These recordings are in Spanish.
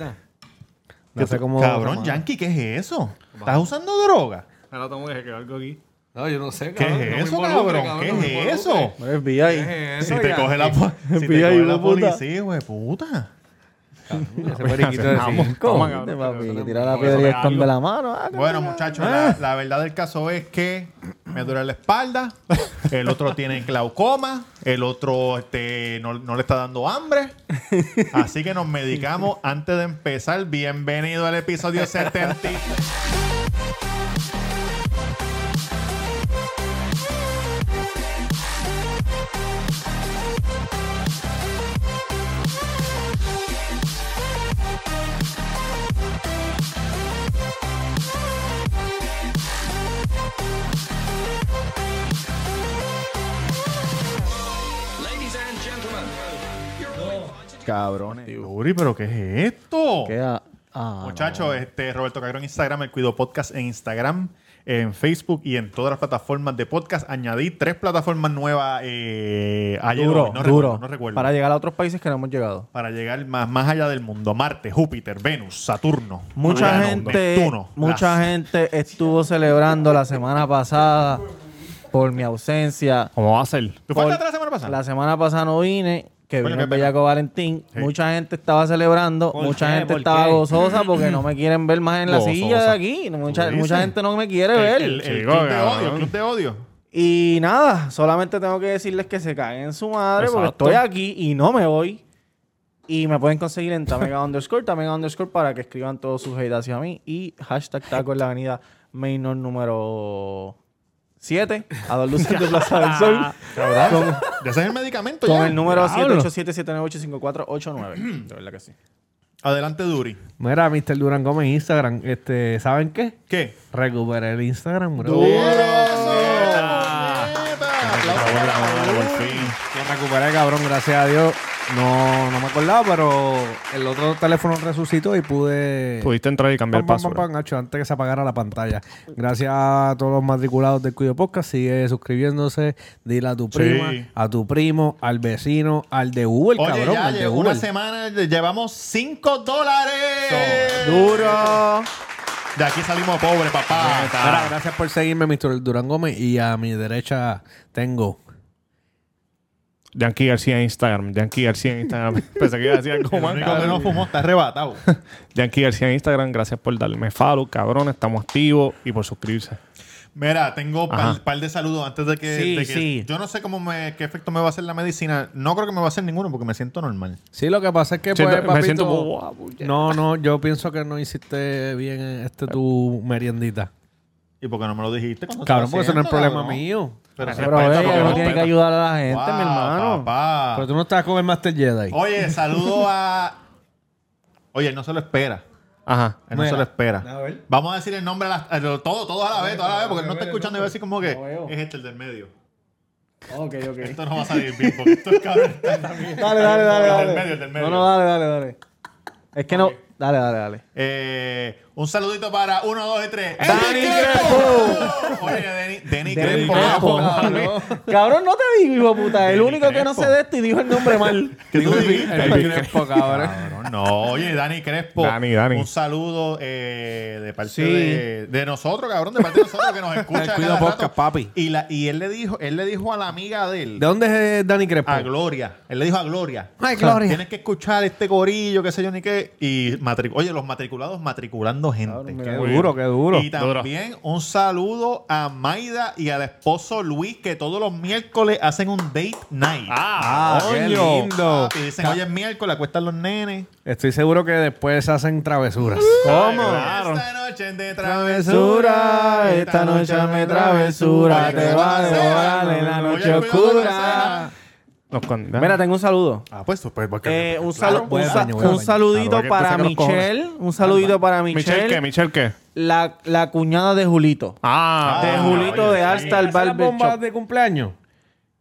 ahorita. Que No sé tú- cómo. Cabrón, cómo- Yankee, ¿qué es eso? ¿Estás usando droga? Ahora tengo que se quedó algo aquí. No, yo no sé, ¿Qué cabrón. no me es eso, involucre, cabrón? cabrón, ¿Qué no me es involucre. eso? Bueno, ¿Qué FBI. es Si eso, te ya? coge la, po- si te Pilla, coge hijo la de puta. policía, hijo de puta. Ese periquito de Vamos, cinco. toma, ¿viste, cabrón, papi? pero Que eso Tira no- la por eso piedra y me esconde hablo. la mano. Ah, Bueno, muchachos, la, la verdad del caso es que me duele la espalda, el otro tiene glaucoma, el otro este, no, no le está dando hambre. Así que nos medicamos antes de empezar. Bienvenido al episodio 70. Cabrones. Yuri, pero ¿qué es esto? ¿Qué? Ah, ah, Muchachos, este, Roberto Cagro en Instagram, el Cuido Podcast en Instagram, en Facebook y en todas las plataformas de podcast. Añadí tres plataformas nuevas eh, ayer. Ah, Duro, hoy. no duro. Recuerdo, no recuerdo. Para Para, llegar a otros países que no hemos llegado. llegar más, más allá del mundo. Marte, Júpiter, Venus, Saturno. Mucha Urano, gente, Neptuno, mucha las- gente estuvo celebrando la semana pasada por mi ausencia. ¿Cómo va a ser? ¿Tú fuiste Por- atrás la semana pasada? La semana pasada no vine, que Ah. Coño, vino qué el pena. Bellaco Valentín. Sí. Mucha gente estaba celebrando, ¿Por mucha qué? gente ¿Por estaba qué? gozosa porque no me quieren ver más en la Gozosa. silla de aquí. Mucha, dices? mucha gente no me quiere ver. El, el- el Chico, club de cabrón. odio, el club de odio. Y nada, solamente tengo que decirles que se caguen en su madre Exacto. porque estoy aquí y no me voy. Y me pueden conseguir en Tamega underscore, Tamega underscore para que escriban todos sus hate hacia mí. Y hashtag taco en la avenida Mainor número 7, a dos luces de Plaza del Sol. Cabrón. Ya ese es el medicamento. Con ya. el número Diablo. 787-798-5489. De verdad que sí. Adelante, Duri. Mira, Mr. Durán Gómez, Instagram. Este, ¿Saben qué? ¿Qué? Recuperé el Instagram, bro. ¡Neta! Aplausos para Duri. Lo recuperé, cabrón, gracias a Dios. No, no me acordaba, pero el otro teléfono resucitó y pude. Pudiste entrar y Pam, cambiar el pam, password. pam, pam, hacho, antes que se apagara la pantalla. Gracias a todos los matriculados del Cuido Podcast. Sigue suscribiéndose. Dile a tu Sí. prima, a tu primo, al vecino, al de Google, Oye, cabrón. ya al de llegó una Google. semana, lle- llevamos 5 dólares. ¡Duro! De aquí salimos pobres, papá. Mira, gracias por seguirme, Mr. Durán Gómez. Y a mi derecha tengo. Yankee García en Instagram. Yankee García en Instagram. Pensé que iba a decir algo El más. único que cabrón. no fumó está arrebatado. Yankee García en Instagram. Gracias por darme follow, cabrón. Estamos activos y por suscribirse. Mira, tengo un par, Ajá. par de saludos antes de que. Sí, de que- sí. Yo no sé cómo me, qué efecto me va a hacer la medicina. No creo que me va a hacer ninguno porque me siento normal. Sí, lo que pasa es que, Siento- pues, papito, me siento muy guapo. ya. No, no, yo pienso que no hiciste bien este tu meriendita. ¿Y por qué no me lo dijiste? cuando Cabrón, estaba porque eso no es haciendo, problema cabrón? mío. Pero, Pero respeta, ella porque no no tiene que respeta. ayudar a la gente, Wow, mi hermano. papá. Pero tú no estás con el Master Jedi. Oye, saludo a. Oye, él no se lo espera. Ajá. Él no Mira. se lo espera. A ver. Vamos a decir el nombre a las- a lo- todo, todos a la vez, todos a la vez, porque él no está escuchando y va a decir como que No veo. es este el del medio. Ok, ok. Esto no va a salir bien porque estos cabrones están también. Dale, dale, dale. El del dale. medio, el del medio. No, no, dale, dale, dale. Es que no. Dale, dale, dale. Eh, un saludito para 1, 2 y 3. ¡Dani Oye, Dani, Dani Del Crespo. Crespo, cabrón. Cabrón, no te digo, hijo de puta. El Del único que no Crespo. sé de esto y dijo el nombre mal. ¿Qué tú dijiste? El Big Crespo, cabrón. Cabrón, No, oye, Dani Crespo. Dani, Dani. Un saludo eh, de parte Sí. de, de nosotros, cabrón, de parte de nosotros que nos escucha. El cada Cuido rato. Podcast, papi. Y, la, y él le dijo, él le dijo a la amiga de él, ¿De dónde es Dani Crespo? a Ah, Gloria. Él le dijo a Gloria. Ay, Gloria. Tienes que escuchar este gorillo, qué sé yo ni qué. Y matric- oye, los matriculados matriculando gente. Cabrón, mira, Qué duro, qué duro. Y también un saludo a Maida y al esposo Luis, que todos los miércoles hacen un date night. Ah, qué coño. lindo. Y dicen, oye, es miércoles, acuestan los nenes. Estoy seguro que después hacen travesuras. ¿Cómo? Esta noche de Travesura, esta noche me travesura, te va a devorar en la noche Oye, cuidado con la oscura. cena. Nos con- Mira, tengo un saludo. Ah, pues, pues, porque- Eh, un, Claro, salu- voy un al sa- baño, voy al un baño. saludito Claro, para porque tú sacas los Michelle. Un saludito para ¿Michelle Michelle. qué? ¿Michelle qué? La, la cuñada de Julito. Ah. De Ah, Julito de oye, sí. Alta el ¿Hacen las Barber bombas Shop. de cumpleaños?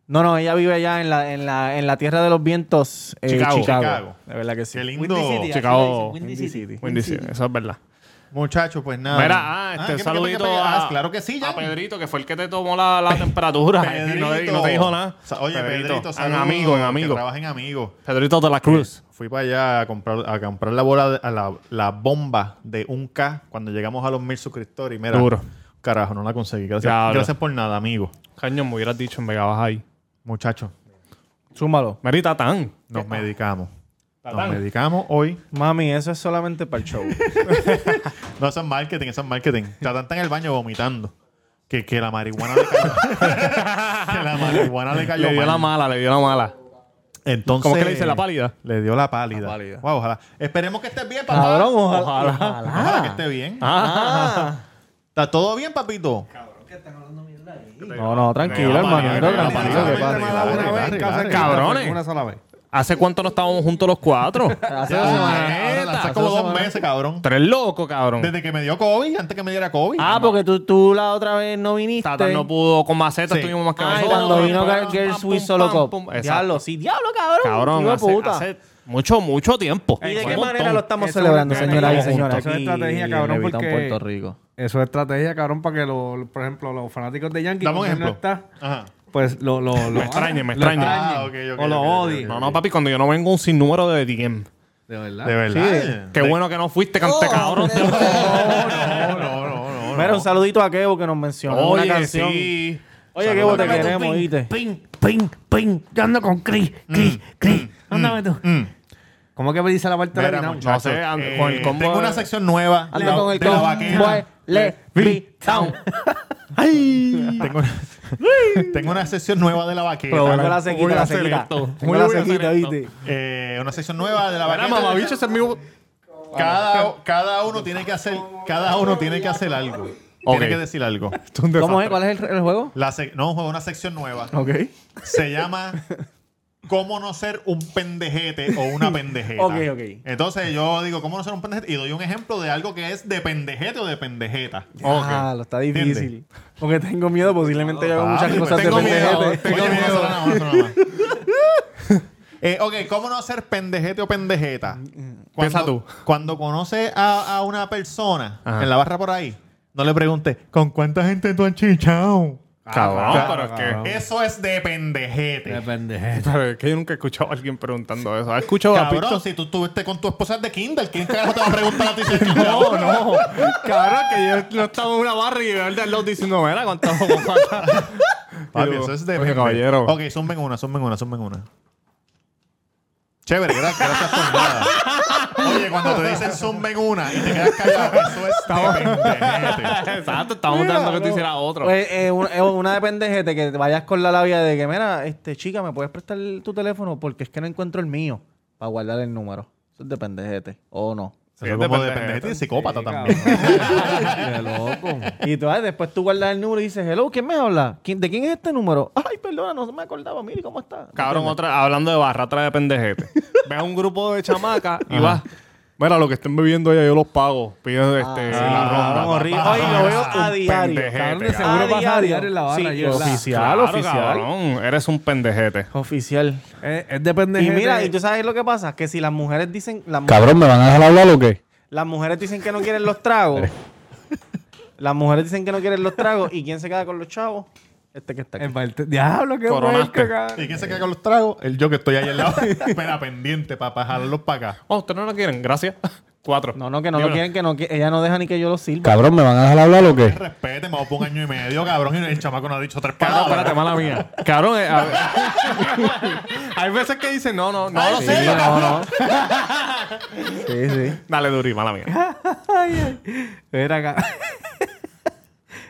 No, no, ella vive allá en la, en la, en la tierra de los vientos, eh, Chicago. Chicago. Chicago. De verdad que sí. ah. Qué lindo. Chicago. Windy City. Windy City, Eso es verdad. Muchachos, pues nada. Mira, ah, este ¿qué- qué- saludito qué- qué- ah, a, claro que sí, ya. a Pedrito, que fue el que te tomó la, la temperatura y no, te- no te dijo nada. Sa- Oye, Pedrito, en saludos, amigo, en que amigo. Trabaja en amigo. Pedrito de la Cruz. Fui para allá a comprar, a comprar la bola, de- a la, la bomba de 1K cuando llegamos a los mil suscriptores. Y mira, Duro. carajo, no la conseguí. Gracias, Diablo. gracias por nada, amigo. Cañón, me hubieras dicho en Vega Baja ahí. Muchachos, Súmalo. Merita tan. nos medicamos. Nos Tatán. medicamos hoy. Mami, eso es solamente para el show. No, eso es marketing, eso es marketing. Tatán está en el baño vomitando. Que, que la marihuana le cayó. que la marihuana le cayó Le dio mal. la mala, le dio la mala. Entonces. ¿Cómo que le dice la pálida? Le dio la pálida. La pálida. Guau, ojalá. Esperemos que estés bien, papá. Cabrón, ojalá. Ojalá. Ojalá que esté bien. Ah. ¿Está todo bien, papito? No, no, tranquilo, Venga, hermanito, Mario, venga, tranquilo, Mario, que venga, pasa. Mario. Cabrones. Una sola vez. ¿Hace cuánto no estábamos juntos los cuatro? Hace Ya, dos semanas. ahora la- Hace hace como dos dos semanas. meses, cabrón. Tres locos, cabrón. Desde que me dio COVID, antes que me diera COVID. Ah, porque tú, tú la otra vez no viniste. Tatán no pudo con maceta, Sí. estuvimos más que Ah, y nosotros. cuando vino Pam, pam, Girls pam, With pam, Solo pam, Cup. pum. Exacto. Diablo, sí, diablo, cabrón. Cabrón, hijo de hace, puta. hace mucho, mucho tiempo. ¿Y de Fue qué un manera montón. lo estamos Eso celebrando, es una señoras y estrategia, señores? eso es estratagia, cabrón, en Levittown, porque- Puerto Rico. Eso es estrategia, cabrón, para que, lo- por ejemplo, los fanáticos de Yankees, Dame un cuando él no ejemplo. está, Ajá. pues lo, lo, lo- Me extrañen, me lo extrañen. Ah, ok, ok, o lo ok, ok, odien. No, no, papi, cuando yo no vengo un sinnúmero de DM. De Ah, verdad. De verdad. Qué bueno que no fuiste, cante Oh, cabrón. No, no, no, no. Mira, un saludito a Kevo que nos mencionó Oye, una canción. sí. Oye, Kevo, te queremos, oíste. Ping, ping, ping. Yo ando con Cris, Cris, Cris. Ándame tú. Mm. ¿Cómo que me dice la parte Mira, de la muchachos, sé, ando eh, con el combo tengo de- una sección nueva Anda con el de la vaquera. convoy Levittown. Ay. Tengo una, tengo una sección nueva de la vaquera. Pero vuelve la sequita, voy a la hacer sequita. esto. Tengo Voy a la hacer sequita, esto. ¿viste? Eh, una sección nueva de la Mira, vaquera. mamabicho, ese es mi... Cada, cada uno tiene que hacer, cada uno tiene que hacer algo. Ok. Tiene que decir algo. ¿Cómo es? ¿Cuál es el, el juego? La sec- no, juego una sección nueva. Ok. Se llama ¿Cómo no ser un pendejete o una pendejeta? Ok, ok. Entonces yo digo, ¿cómo no ser un pendejete? Y doy un ejemplo de algo que es de pendejete o de pendejeta. Ah, lo está difícil. Entiende. Porque tengo miedo, posiblemente yo hago muchas pues Ah, cosas de tengo miedo, pendejete. tengo miedo. Una sola nada más, una sola nada más. Eh, ok, ¿cómo no ser pendejete o pendejeta? Empieza tú. Cuando conoces a, a una persona Ajá. en la barra por ahí, no le preguntes, ¿con cuánta gente tú has chichado? Ah, Cabrón, claro, pero es que... Eso es de pendejete. De pendejeta. Pero es que yo nunca he escuchado a alguien preguntando eso. ¿Has escuchado a Cabrón, Pictos? si tú estuviste con tu esposa de Kindle, ¿quién carajo te va a preguntar a ti si es Kindle? No, no. Cabrón, que yo no estaba en una barra y veo el del lado diciendo, mira, contamos Papi, eso es de Oye, pendejete. caballero. Ok, zumben una, zumben una, zumben una. Chévere, gracias, gracias por nada. Oye, cuando te dicen zumben una y te quedas callado, eso es de pendejete. Exacto, estábamos dando que tú hicieras otro. Pues, eh, un- eh, una de pendejete que te vayas con la labia de que, mira, este, chica, ¿me puedes prestar el- tu teléfono? Porque es que no encuentro el mío para guardar el número. Eso es de pendejete. O no. Eso es como de pendejete y de psicópata también. Qué Este loco. Y tú, ay, después tú guardas el número y dices, hello, ¿quién me habla? ¿Quién- ¿De quién es este número? Ay, perdona, no me acordaba. Mire, ¿cómo está? Cabrón, otra, hablando de barra, otra de pendejete. Ve a un grupo de chamacas y vas. Mira, lo que estén bebiendo allá, yo los pago. Piden este, la Cabrón, ronda. horrible. Oye, lo veo Ah, a un diario. pendejete, Cabrón, de cabrón. seguro Ah, pasa a diario. diario en la barra. Sí, yo, ¿verdad? oficial. Claro, oficial. cabrón. Eres un pendejete. Oficial. Es, es de pendejete. Y mira, y tú sabes lo que pasa, que si las mujeres dicen, las, mu- Cabrón, ¿me van a dejar hablar o qué? las mujeres dicen que no quieren los tragos, las mujeres dicen que no quieren los tragos, ¿y quién se queda con los chavos? Este que está En aquí. parte- Diablo, qué Coronaste. hueco, cabrón. ¿Y quién se queda con los tragos? El yo que estoy ahí al lado. Espera, pendiente para jalarlos para acá. Oh, ustedes no lo quieren, gracias. Cuatro. No, no, que no Dímelo. lo quieren, que no, que ella no deja ni que yo los sirva. Cabrón, ¿me van a dejar hablar o qué? Respete, me voy por un año y medio, cabrón, y el chamaco no ha dicho tres Cabrón, palabras. espérate, mala mía. Cabrón, eh, a ver. hay veces que dicen, no, no, no lo Sí, sé. no, no. sí, sí. Dale, Duri, mala mía. Mira acá.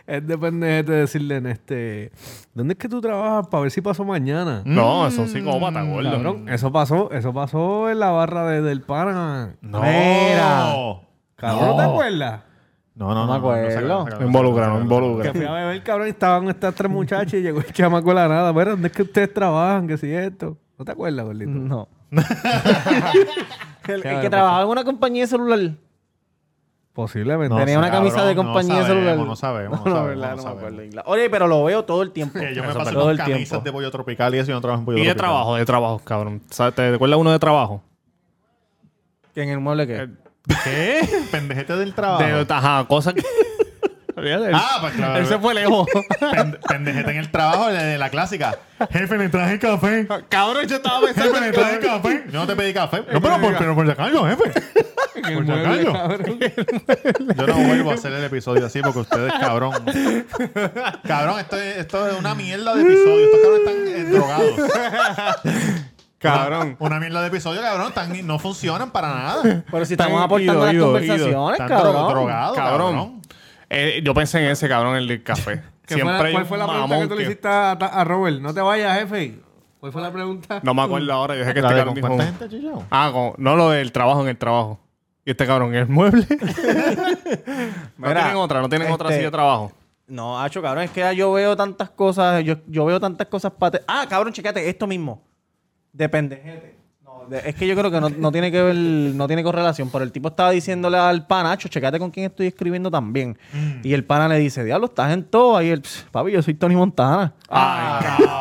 es de pendejete decirle en este. ¿Dónde es que tú trabajas para ver si pasó mañana? No, eso sí como pata, gordo. Cabrón, eso pasó, eso pasó en la barra de- del pana. No. Mira. Cabrón, ¿te acuerdas? No, no, no. me acuerdo. no se acaba, no se acaba. Involucra, no Que involucra. fui a beber, cabrón, y estaban estas tres muchachas y llegó el chamaco de la nada. Mira, ¿dónde es que ustedes trabajan? ¿Qué si esto? ¿No te acuerdas, gordito? No. el, el que trabajaba en una compañía de celular. Posiblemente. Tenía una camisa de compañía no de celular. sabemos, No sabemos, no, No, la sabemos, verdad, no no me sabemos. acuerdo. Oye, pero lo veo todo el tiempo. Eh, yo me Eso paso todo con el camisas tiempo. de pollo tropical y eso yo no trabajo en pollo Y de tropical. trabajo, de trabajo, cabrón. ¿Sabes? ¿Te acuerdas uno de trabajo? ¿Que en el mueble qué? ¿Qué? Pendejete del trabajo. De, ajá, cosas que... Olvídate, Ah, pues claro. Él se fue lejos. Pen- pendejete en el trabajo, la de la clásica. Jefe, le traje café. Cabrón, yo estaba pensando Jefe, le traje café. Yo no te pedí café. No, pero por, pero por si acaso, jefe. Por si Mueve, acaso. cabrón. Yo no vuelvo a hacer el episodio así porque ustedes, cabrón. Cabrón, esto es, esto es una mierda de episodio. Estos cabrones están eh, drogados. Cabrón. Una mierda de episodio, cabrón. Están, no funcionan para nada. Pero si estamos Tan aportando ido, las ido, conversaciones, Están dro- cabrón. drogados, Cabrón. cabrón. Eh, yo pensé en ese cabrón, el del café. ¿Qué Siempre fue la- hay ¿Cuál un fue la mamón pregunta que tú le hiciste a, a Robert? No te vayas, jefe. ¿Cuál fue la pregunta? No me acuerdo ahora. Yo sé que La este de cabrón ¿Con dijo... cuánta gente, Chicho? Ah, con- no lo del trabajo en el trabajo. Y este cabrón, el mueble. no Mira, tienen otra, no tienen otra este- así de trabajo. No, hacho, cabrón, es que ya yo veo tantas cosas, yo, yo veo tantas cosas pate. Ah, cabrón, checate, esto mismo. De pendejete. No, de- es que yo creo que no, no tiene que ver, no tiene correlación, pero el tipo estaba diciéndole al pana, hacho, checate con quién estoy escribiendo también. Mm. Y el pana le dice, diablo, estás en todo. Y él, "Pss, papi, yo soy Tony Montana. Ah.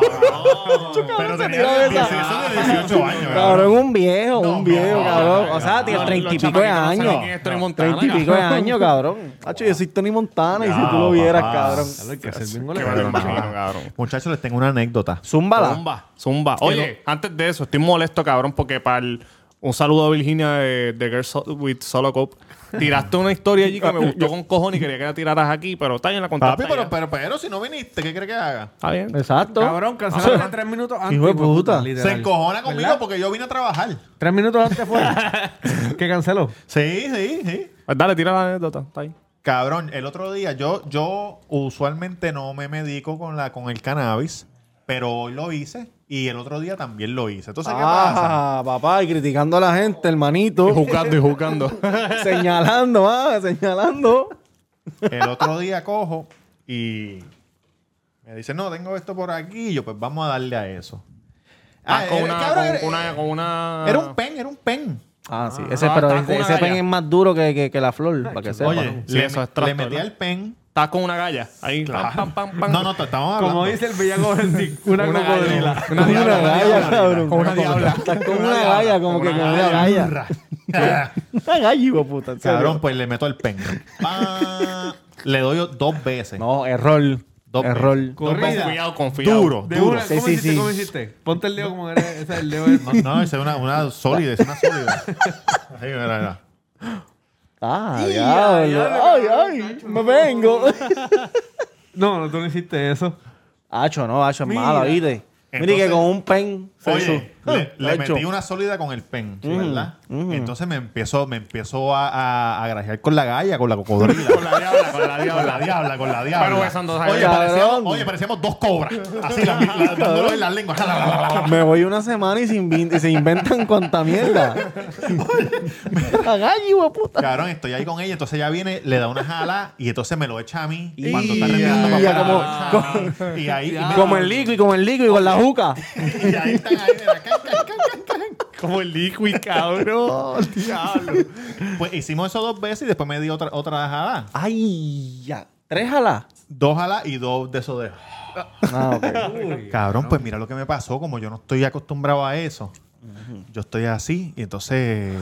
Pero se tenía tiró de esa. 16 de 18 años, Cabrón, un viejo, un viejo, no, cabrón. no, o sea, no, tiene no, treinta y los pico de chamaquitos no saben años. quién es Tony Montana, Treinta y pico de cabrón. años, cabrón. Hacho, yo soy Tony Montana y si tú lo Ya, vieras, papá. cabrón. Hay que hacer bien Qué goleador. cabrón, cabrón. cabrón, cabrón. Muchachos, les tengo una anécdota. Ah. Zúmbala. Zumba, zumba. Oye, antes de eso, estoy molesto, cabrón, porque para el- un saludo a Virginia de, de Girls So- with Solo Cop, tiraste una historia allí que me gustó con cojones y quería que la tiraras aquí, pero está bien la Papi, contaste. pero, ya. pero, pero si no viniste, ¿qué crees que haga? Está bien. Exacto. Cabrón, cancelaste tres minutos antes. Ah. Hijo de puta. literal. Se encojona conmigo ¿Verdad? porque yo vine a trabajar. Tres minutos antes fue. que canceló. Sí, sí, sí. Pues Dale, tira la anécdota. Está ahí. Cabrón, el otro día yo, yo usualmente no me medico con, la, con el cannabis, pero hoy lo hice y el otro día también lo hice. Entonces, ¿qué pasa? Ah, papá, y criticando a la gente, hermanito. Jugando y jugando. señalando, ah, señalando. El otro día cojo y me dice, no, tengo esto por aquí. Y yo, pues vamos a darle a eso. Ah, Ah, con, era- una, cabrón, con, era- eh, una, con una. Era un pen, era un pen. Ah, sí. Ese, Ah, pero está ese, con una ese pen galla. es más duro que, que- que la flor, para que sepa. Oye, Sí, le, eso es me- trasto, le metí ¿verdad? al pen. Estás con una galla. Ahí. Pam, pam, pam, pam. No, no, te estamos hablando. Como dice el bellaco del Dick, una, Una cocodrila. galla. Como una diabla, una galla, diabla, cabrón. como una diabla. Estás como una galla, como que con una galla. galla. Una galla, hijo de puta. en serio. Cabrón, pues le meto el pen. Pa. le doy dos veces. No, error. Dos Error. veces. No, Dos veces. Confiado, confiado. Duro, De duro. una, Sí, ¿Cómo sí, hiciste? sí. ¿Cómo hiciste? Ponte el dedo como que era- ese es el dedo. del- No, es una, una sólida, es una sólida. Ahí, mira, mira. Ah, diablo. Ay, ay, me vengo. No, no, tú no hiciste eso. Hacho, no, hacho, es malo, ¿viste? Mire Entonces- que con un pen. se hizo. Oye, le, le Hacho. metí una sólida con el pen, ¿verdad? Entonces me empiezo, me empiezo a, a, a grajear con la galla, con la cocodrila. Con la diabla, con la con diabla. la diabla, con la diabla. Pero besando esa oye, galla. parecíamos, Cabrón. oye, parecíamos dos cobras. Así, la, la, dándonos en las lenguas. Me voy una semana y se, invin- y se inventan cuanta mierda. La galla, hijo de puta. Cabrón, estoy ahí con ella, entonces ella viene, le da una jala y entonces me lo echa a mí. Y- Cuando está rendiendo ya, papá, como- me lo echa a mí. y ahí, y me- Como el líquido, y como el líquido, y con la juca. y ahí están ahí de la can, can, can, can, can. Como el liquid, cabrón. Diablo. Pues hicimos eso dos veces y después me di otra, otra jala. Ay, ya. Tres jalas. Dos jalas y dos de esos de. Ah, ok. Cabrón, pues mira lo que me pasó, como yo no estoy acostumbrado a eso. Yo estoy así y entonces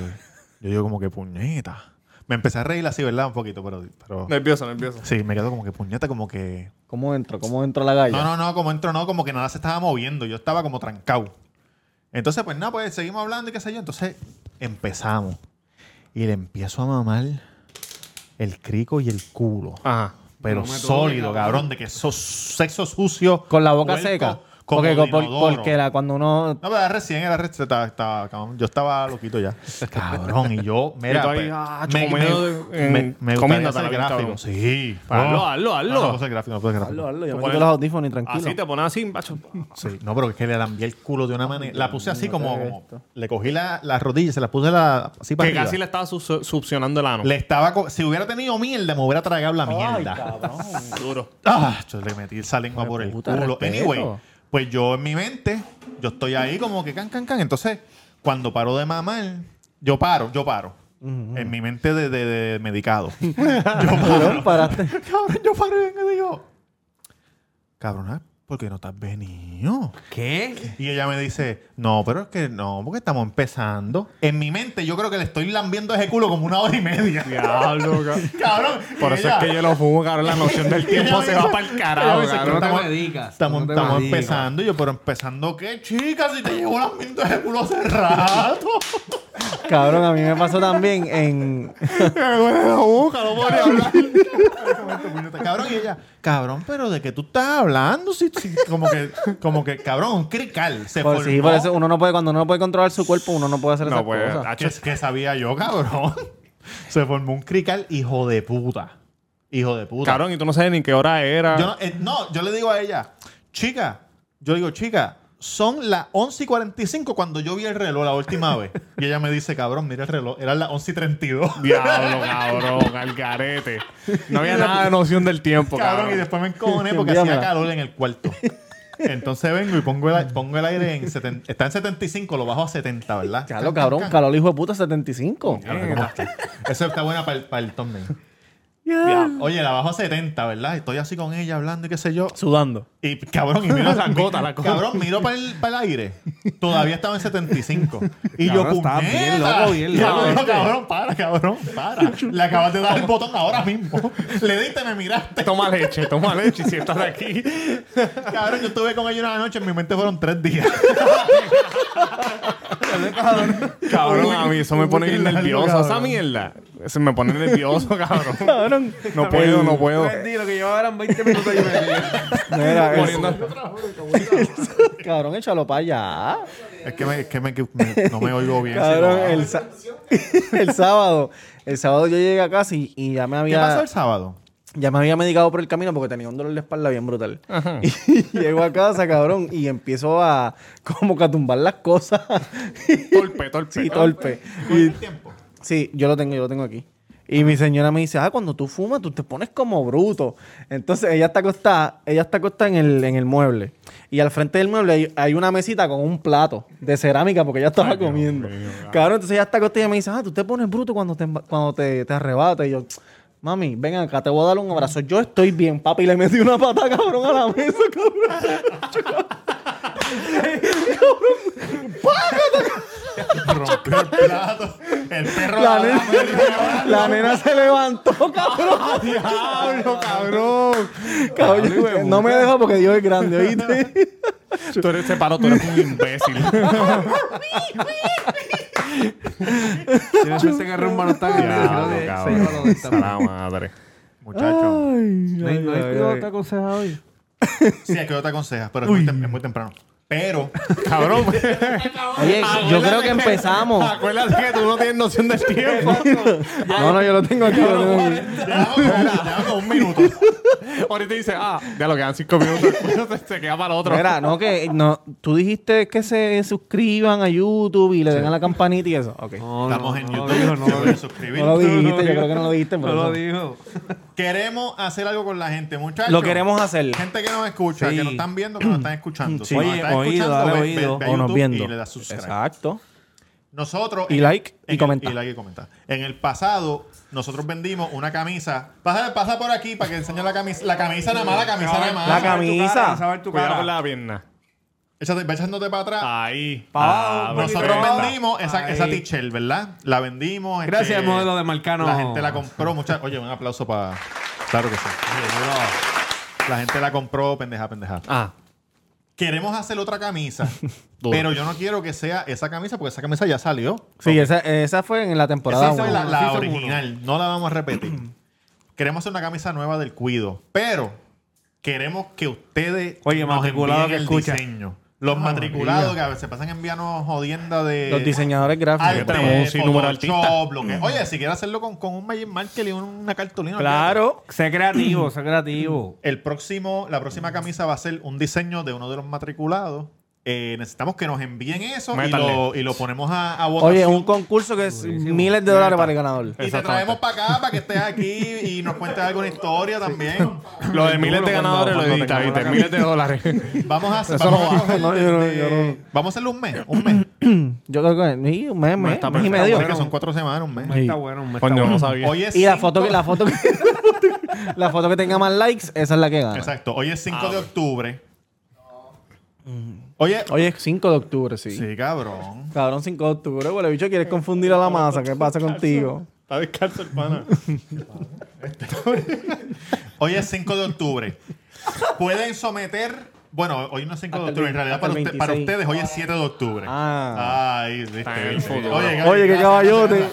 yo digo como que puñeta. Me empecé a reír así, ¿verdad? Un poquito, pero, pero Nervioso, nervioso. sí, me quedo como que puñeta, como que ¿Cómo entro? ¿Cómo entro a la galla? No, no, no, como entró, no, como que nada se estaba moviendo. Yo estaba como trancado. Entonces, pues nada, pues seguimos hablando y qué sé yo. Entonces empezamos. Y le empiezo a mamar el crico y el culo. Ajá. Pero sólido, cabrón, de que eso sexo sucio. Con la boca huelco, seca. como Porque, de por- inodoro. porque la, cuando uno. No, pero era recién, era recién. Estaba, estaba- cabrón, yo estaba loquito ya. Cabrón, y yo, mira, Y tú ahí, pues, ah, me, me, comiendo de- me- en- me gustaría comiéndotela, hacer bien, gráfico. cabrón. Sí. Hazlo, No. hazlo, hazlo. No, no puedo hacer gráfico, no puedo hacer gráfico. Hablo, hablo, yo me pones- quito los audífonos y tranquilo. Así te pones así, macho. Sí, no, pero es que le lambié el culo de una manera. La puse así como. como- le cogí la, las rodillas, se las puse la, así para Que arriba. casi le estaba su- su- succionando el ano. Le estaba. co- Si hubiera tenido mierda, me hubiera tragado la mierda. Duro. Ah, yo le metí esa lengua por el puta, culo. respeto. Anyway, pues yo en mi mente, yo estoy ahí como que can, can, can. Entonces, cuando paro de mamar, yo paro, yo paro. En mi mente de, de- de medicado. yo paro. Cabrón, paraste. Cabrón, yo paro y vengo y digo. Cabrón, ah, ¿por qué no estás venido? ¿Qué? Y ella me dice, no, pero es que no, porque estamos empezando. En mi mente yo creo que le estoy lambiendo ese culo como una hora y media. Diablo, cabrón. Cabrón. Por Y eso es ella- que yo lo fumo, cabrón. La noción del tiempo se va para el carajo, Ella me dice, cabrón. No te Estamos- me digas. Estamos, no te estamos me digas. empezando. Y yo, pero empezando, ¿qué, chica? Si te llevo lambiendo ese culo hace rato. Cabrón, a mí me pasó también en. cabrón, y ella, cabrón, pero ¿de qué tú estás hablando? Si, si- como, que, como que, cabrón, un crical. Se Por, sí, formó. por eso uno no puede, cuando uno no puede controlar su cuerpo, uno no puede hacer esas No, pues, cosas. ¿Qué, qué sabía yo, cabrón? Se formó un crical hijo de puta. Hijo de puta. Cabrón, y tú no sabes ni qué hora era. Yo no, eh, no, yo le digo a ella, chica, yo digo, chica, son las 11 y 45 cuando yo vi el reloj la última vez. Y ella me dice, cabrón, mira el reloj, eran las 11 y 32. Diablo, cabrón, al garete. No había nada de noción del tiempo, Cabrón, y cabrón. después me encojoné porque Envíamela. hacía calor en el cuarto. Entonces vengo y pongo el, pongo el aire en 70. Está en 75, lo bajo a 70, ¿verdad? Claro, cabrón, calor hijo de puta 75. Claro que como- Eso está buena para el, para el thumbnail. Ya, Oye, la bajo a 70, ¿verdad? Estoy así con ella hablando y qué sé yo. Sudando. Y cabrón, y miro La gota, la gota. Cabrón, miro para el, para el aire. Todavía estaba en 75. Y Cabrón, yo, estaba puñeta. bien loco, bien Y yo, loco, "No, cabrón, para, cabrón, para. Le acabas de dar el botón ahora mismo. Le diste, me miraste. Toma leche, toma leche. Si estás aquí, Cabrón, yo estuve con ella una noche, en mi mente fueron tres días. cabrón, a mí eso me pone Uy, qué bien largo, nervioso. Esa cabrón. mierda. Eso me pone nervioso, cabrón. Cabrón. No puedo, no puedo. Perdí, lo que llevaba eran 20 minutos y me Mira, eso. Poniendo- cabrón, échalo para allá. Es que, me, es que me- que me- no me oigo bien. Cabrón, si lo hago. el, sa- el sábado. El sábado yo llegué a casa y, y ya me ¿Qué pasó había. el sábado? Ya me había medicado por el camino porque tenía un dolor de espalda bien brutal. Y llego a casa, cabrón, y empiezo a como que a tumbar las cosas. Torpe, torpe. sí, torpe. Y- sí, yo lo tengo, yo lo tengo aquí. Y mi señora me dice, ah, cuando tú fumas, tú te pones como bruto. Entonces ella está acostada, ella está acostada en el, en el mueble. Y al frente del mueble hay, hay una mesita con un plato de cerámica porque ella estaba comiendo. cabrón, entonces ella está acostada y me dice, ah, tú te pones bruto cuando te, emba- cuando te, te arrebatas. Y yo, mami, ven acá, te voy a dar un abrazo. Yo estoy bien, papi. Y le metí una pata, cabrón, a la mesa, cabrón. Rompió el plato. El perro La la nena, la nena se levantó, cabrón. Diablo, cabrón. Cabrón, yo- no me dejó porque Dios es grande, ¿oíste? Tú eres separado, tú eres un imbécil. Tienes que agarrar un mano tan Diablo, grande. Se cabrón. lleva lo de A esta mano. la madre. Muchacho. No hay no hay cuidado, te aconseja hoy. Sí, es que yo te aconsejas, pero es muy, tem- es muy temprano. Pero, Cabrón, Oye, Ah, yo creo que empezamos. acuérdate que tú no tienes noción del tiempo. No, no, yo lo tengo aquí. lo tengo aquí. llevamos como- llevamos como un minuto. Ahorita dice, ah, ya lo quedan cinco minutos. Acuérdate, Se queda para otro. Mira, no, que no, tú dijiste que se suscriban a YouTube y le den a la campanita y eso. Ok. No Estamos en no lo YouTube. dijo, no se lo pueden dijo. suscribir. lo dijiste, No lo yo creo digo. que no lo dijiste. por No eso. lo dijo. Queremos hacer algo con la gente, muchachos. Lo queremos hacer. Gente que nos escucha, Sí. que nos están viendo, que nos están escuchando. Sí. nos Oye, están oído, escuchando, dale ve- ve- oído. ve a O nos YouTube viendo. Y le das subscribe. Exacto. Nosotros. Y en- like y en el- comenta. Y like y comenta. En el pasado, nosotros vendimos una camisa. Pasa, pasa por aquí para que enseñe la camisa. La camisa nada más, la camisa nada más. La cam- camisa. Saber tu Cuidado con cara. la pierna. Échate, ve echándote para atrás. Ahí. Pa' abajo, Ah, un poquito Nosotros Ahí. vendimos esa, Ahí. esa t-shirt, ¿verdad? La vendimos. este, Gracias, modelo de Marcano. La gente la compró, muchachos. Oye, un aplauso para. Claro que sí. La gente la compró, pendeja, pendeja. Ah, Queremos hacer otra camisa, Duro. pero yo no quiero que sea esa camisa porque esa camisa ya salió. Sí, esa, esa fue en la temporada Esa fue 1. la, la Season uno. original, no la vamos a repetir. queremos hacer una camisa nueva del Cuido, pero queremos que ustedes Oye, matriculado envíen que escucha. diseño. Los matriculados que a veces pasan enviando jodienda de Ah, Los diseñadores arte, gráficos. Arte. tenemos un sinnúmero Mm. de Photoshop, artistas. lo que- Oye, si quieres hacerlo con, con un Magic Marker y una cartulina. olvídate. Claro. Sé creativo, sé creativo. El próximo, la próxima camisa va a ser un diseño de uno de los matriculados. Eh, necesitamos que nos envíen eso y Métanle. lo, y lo ponemos a, a votación. Oye, un concurso que es miles de dólares para el ganador. y te traemos para acá para que estés aquí y nos cuentes alguna historia también. lo de miles de ganadores lo cuando edita, tengamos ¿viste? la Miles de dólares. Vamos a hacer. Vamos, a hacer no, yo no- este- yo no. vamos a hacerlo un mes. Un mes. Yo creo que ni un mes, mes, está mes y perfecto. medio. Porque son cuatro semanas, un mes. Sí. Está bueno, me está Coño, bueno. no sabía. Hoy es Y la cinco- foto, que, la, foto que, la foto que tenga más likes, esa es la que gana. Ah, Exacto. Hoy es 5 de octubre. Oye, Hoy es 5 de octubre, sí. sí, cabrón. Cabrón, 5 de octubre, huele bicho, quieres confundir a la masa. ¿Qué pasa contigo? Está descalzo el pana. Hoy es 5 de octubre. Pueden someter. Bueno, hoy no es 5 de Hasta el octubre, en vein- realidad hasta para, el usted- para 26. ustedes hoy es 7 de octubre. Ah. Ay, viste, Está en el viste. futuro. Gaby, Oye, qué gracias. caballote.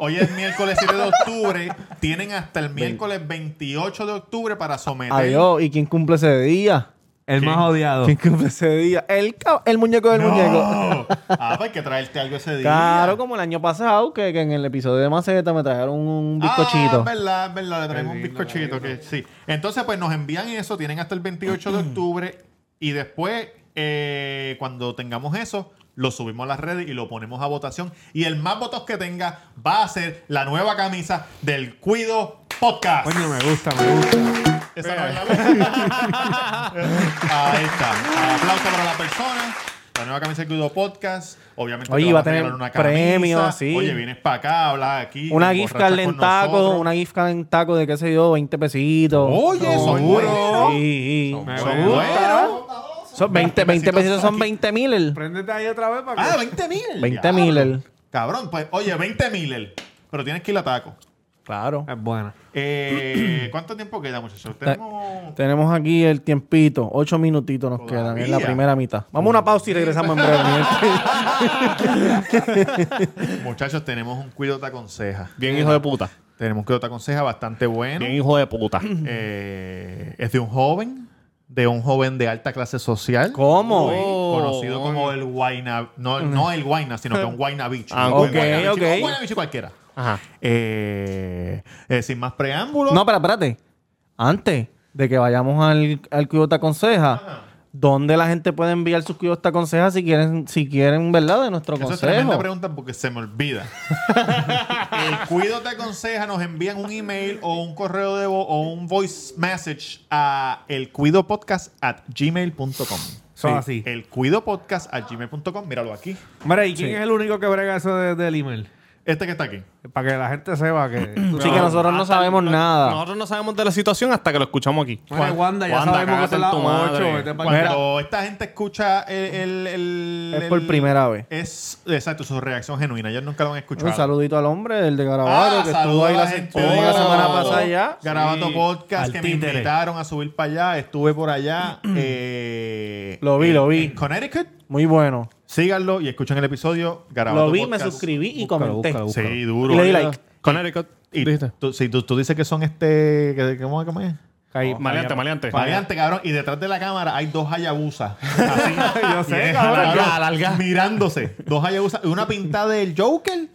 Hoy es miércoles 7 de octubre. Tienen hasta el miércoles 28 de octubre para someter. Adiós. ¿Y quién cumple ese día? El más odiado. ¿Quién cumple ese día? El, ca- el muñeco del ¡No! muñeco. Ah, pues hay que traerte algo ese día. Claro, como el año pasado, que, que en el episodio de Maceta me trajeron un Ah, bizcochito. es verdad, es verdad, le traemos un bizcochito. Que, sí. Entonces, pues nos envían eso, tienen hasta el 28 de octubre y después, eh, cuando tengamos eso, lo subimos a las redes y lo ponemos a votación. Y el más votos que tenga va a ser la nueva camisa del Cuido Podcast. Coño, me gusta, me gusta. Esa no es la Ahí está. Aplauso para la persona. La nueva camisa del Cuido Podcast. Obviamente, Oye, te va a vamos tener regalar una camisa. premios, sí. Oye, vienes para acá, hablas aquí. una te gift card emborrachas en con taco, nosotros. una gift card en taco de qué sé yo, 20 pesitos. Oye, Son son buenos. buenos. Sí. Son Me buenos. Son gusta. buenos. Son 20, 20 Pesitos pesitos son aquí. 20 mil. Préndete ahí otra vez para que. Ah, 20 mil. 20 mil. Cabrón, pues, oye, 20 mil. Pero tienes que ir a taco. Claro. Es buena. Eh, ¿Cuánto tiempo queda, muchachos? Tenemos. Tenemos aquí el tiempito. Ocho minutitos nos quedan en la Todavía. primera mitad. Vamos a una pausa y regresamos en breve. mi gente. Muchachos, tenemos un cuido te aconseja. Bien hijo de puta. Tenemos un cuido te aconseja bastante bueno. Bien hijo de puta. Eh, es de un joven, de un joven de alta clase social. ¿Cómo? Uy, conocido como el Guayna. No, no Mm. el Guayna, sino que un Guayna Beach. Oh. Ah, Un ok, Guayna Beach, ok. Un Guayna Beach cualquiera. Ajá. Eh, eh, sin más preámbulos. No, pero espérate. Antes de que vayamos al, al Cuido te aconseja, ¿dónde la gente puede enviar sus Cuido te aconseja si quieren, si quieren, verdad, de nuestro Eso es consejo? tremenda pregunta porque se me olvida. el Cuido te aconseja, nos envían un email o un correo de voz o un voice message a elcuidopodcast at gmail.com. Son así. El cuidopodcast at gmail.com, míralo aquí. Mira, ¿y quién es el único que brega eso de- del email? Este que está aquí. Para que la gente sepa que. Sí, que nosotros no sabemos nada. Nosotros no sabemos de la situación hasta que lo escuchamos aquí. Bueno, Wanda, ya Wanda, sabemos que cágate son las en tu madre. 8. Vete para acá. Cuando esta gente escucha el, el- el- Es por el- primera vez. Es exacto, su reacción genuina. Ellos nunca lo han escuchado. Un saludito al hombre, el de Garabato, que estuvo Ah, saludos ahí a la, gente estuvo de la semana Garabato, pasada ya. Garabato Sí, Podcast, al que me títere. invitaron a subir para allá. Estuve por allá. eh, Lo vi, en- lo vi. en Connecticut. Muy bueno. Síganlo y escuchen el episodio. Garabato Lo vi, me Podcast. suscribí y Búscalo, comenté. búscalo, búscalo. Sí, duro. Y le di like. Connecticut. Y ¿Dijiste? tú, sí, tú, tú dices que son este... que- ¿Cómo es? ¿Cómo es? Caí- Maleante, maleante. Variante, cabrón. Y detrás de la cámara hay dos Hayabusa. Así. Yo Y sé, es, cabrón. Larga, larga. Mirándose. Dos Hayabusa. Una pintada del Joker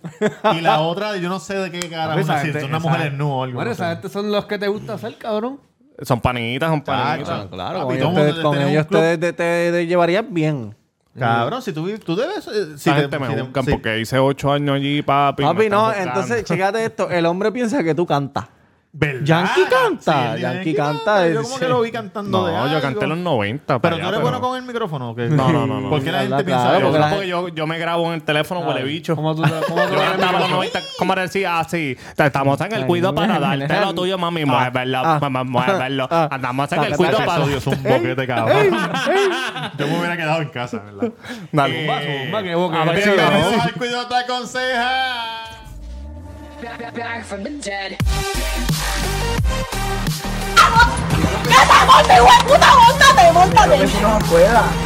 y la otra de yo no sé de qué carajo. Esa Si gente- son una esa- mujer en nu o algo. Bueno, no sé. esa gente son los que te gusta hacer, cabrón. Son panillitas, son panillitas. Chacho, Claro, papi, con todo ellos te, el mundo con debe tener ellos un club. te, te- te- te llevarías bien. Cabrón, si tú, tú debes. eh, Si Esa te- gente me si te- buscan si- porque hice ocho años allí, papi. me Papi, están no, buscando. entonces, chécate esto. El hombre piensa que tú cantas. ¿Verdad? Yankee canta, el Yankee Yankee canta, canta. Yo es- como que lo vi cantando de No, yo algo. canté en los 90. para Pero tú allá, eres bueno con el micrófono. ¿o qué? No, no, no, no. ¿Por qué la Habla gente piensa claro, eso? porque Yo, la- porque yo, yo me grabo en el teléfono, huele bicho. ¿Cómo tú te- cómo tú Yo te- cantaba en los 90, ¿cómo le decía? Ah, sí, te- estamos en el cuido para darte lo tuyo, mami. Muévelo, ah, mamá, muévelo. ah, Andamos en ah, el ah, cuido ah, para... Ese episodio es un boquete, cabrón. Yo me hubiera quedado en casa, ¿verdad? Dale. Eh, Zumba, zumba, que boca, a que ver, te- cabrón. Bienvenidos al Cuido te aconseja. back, back, back from the dead.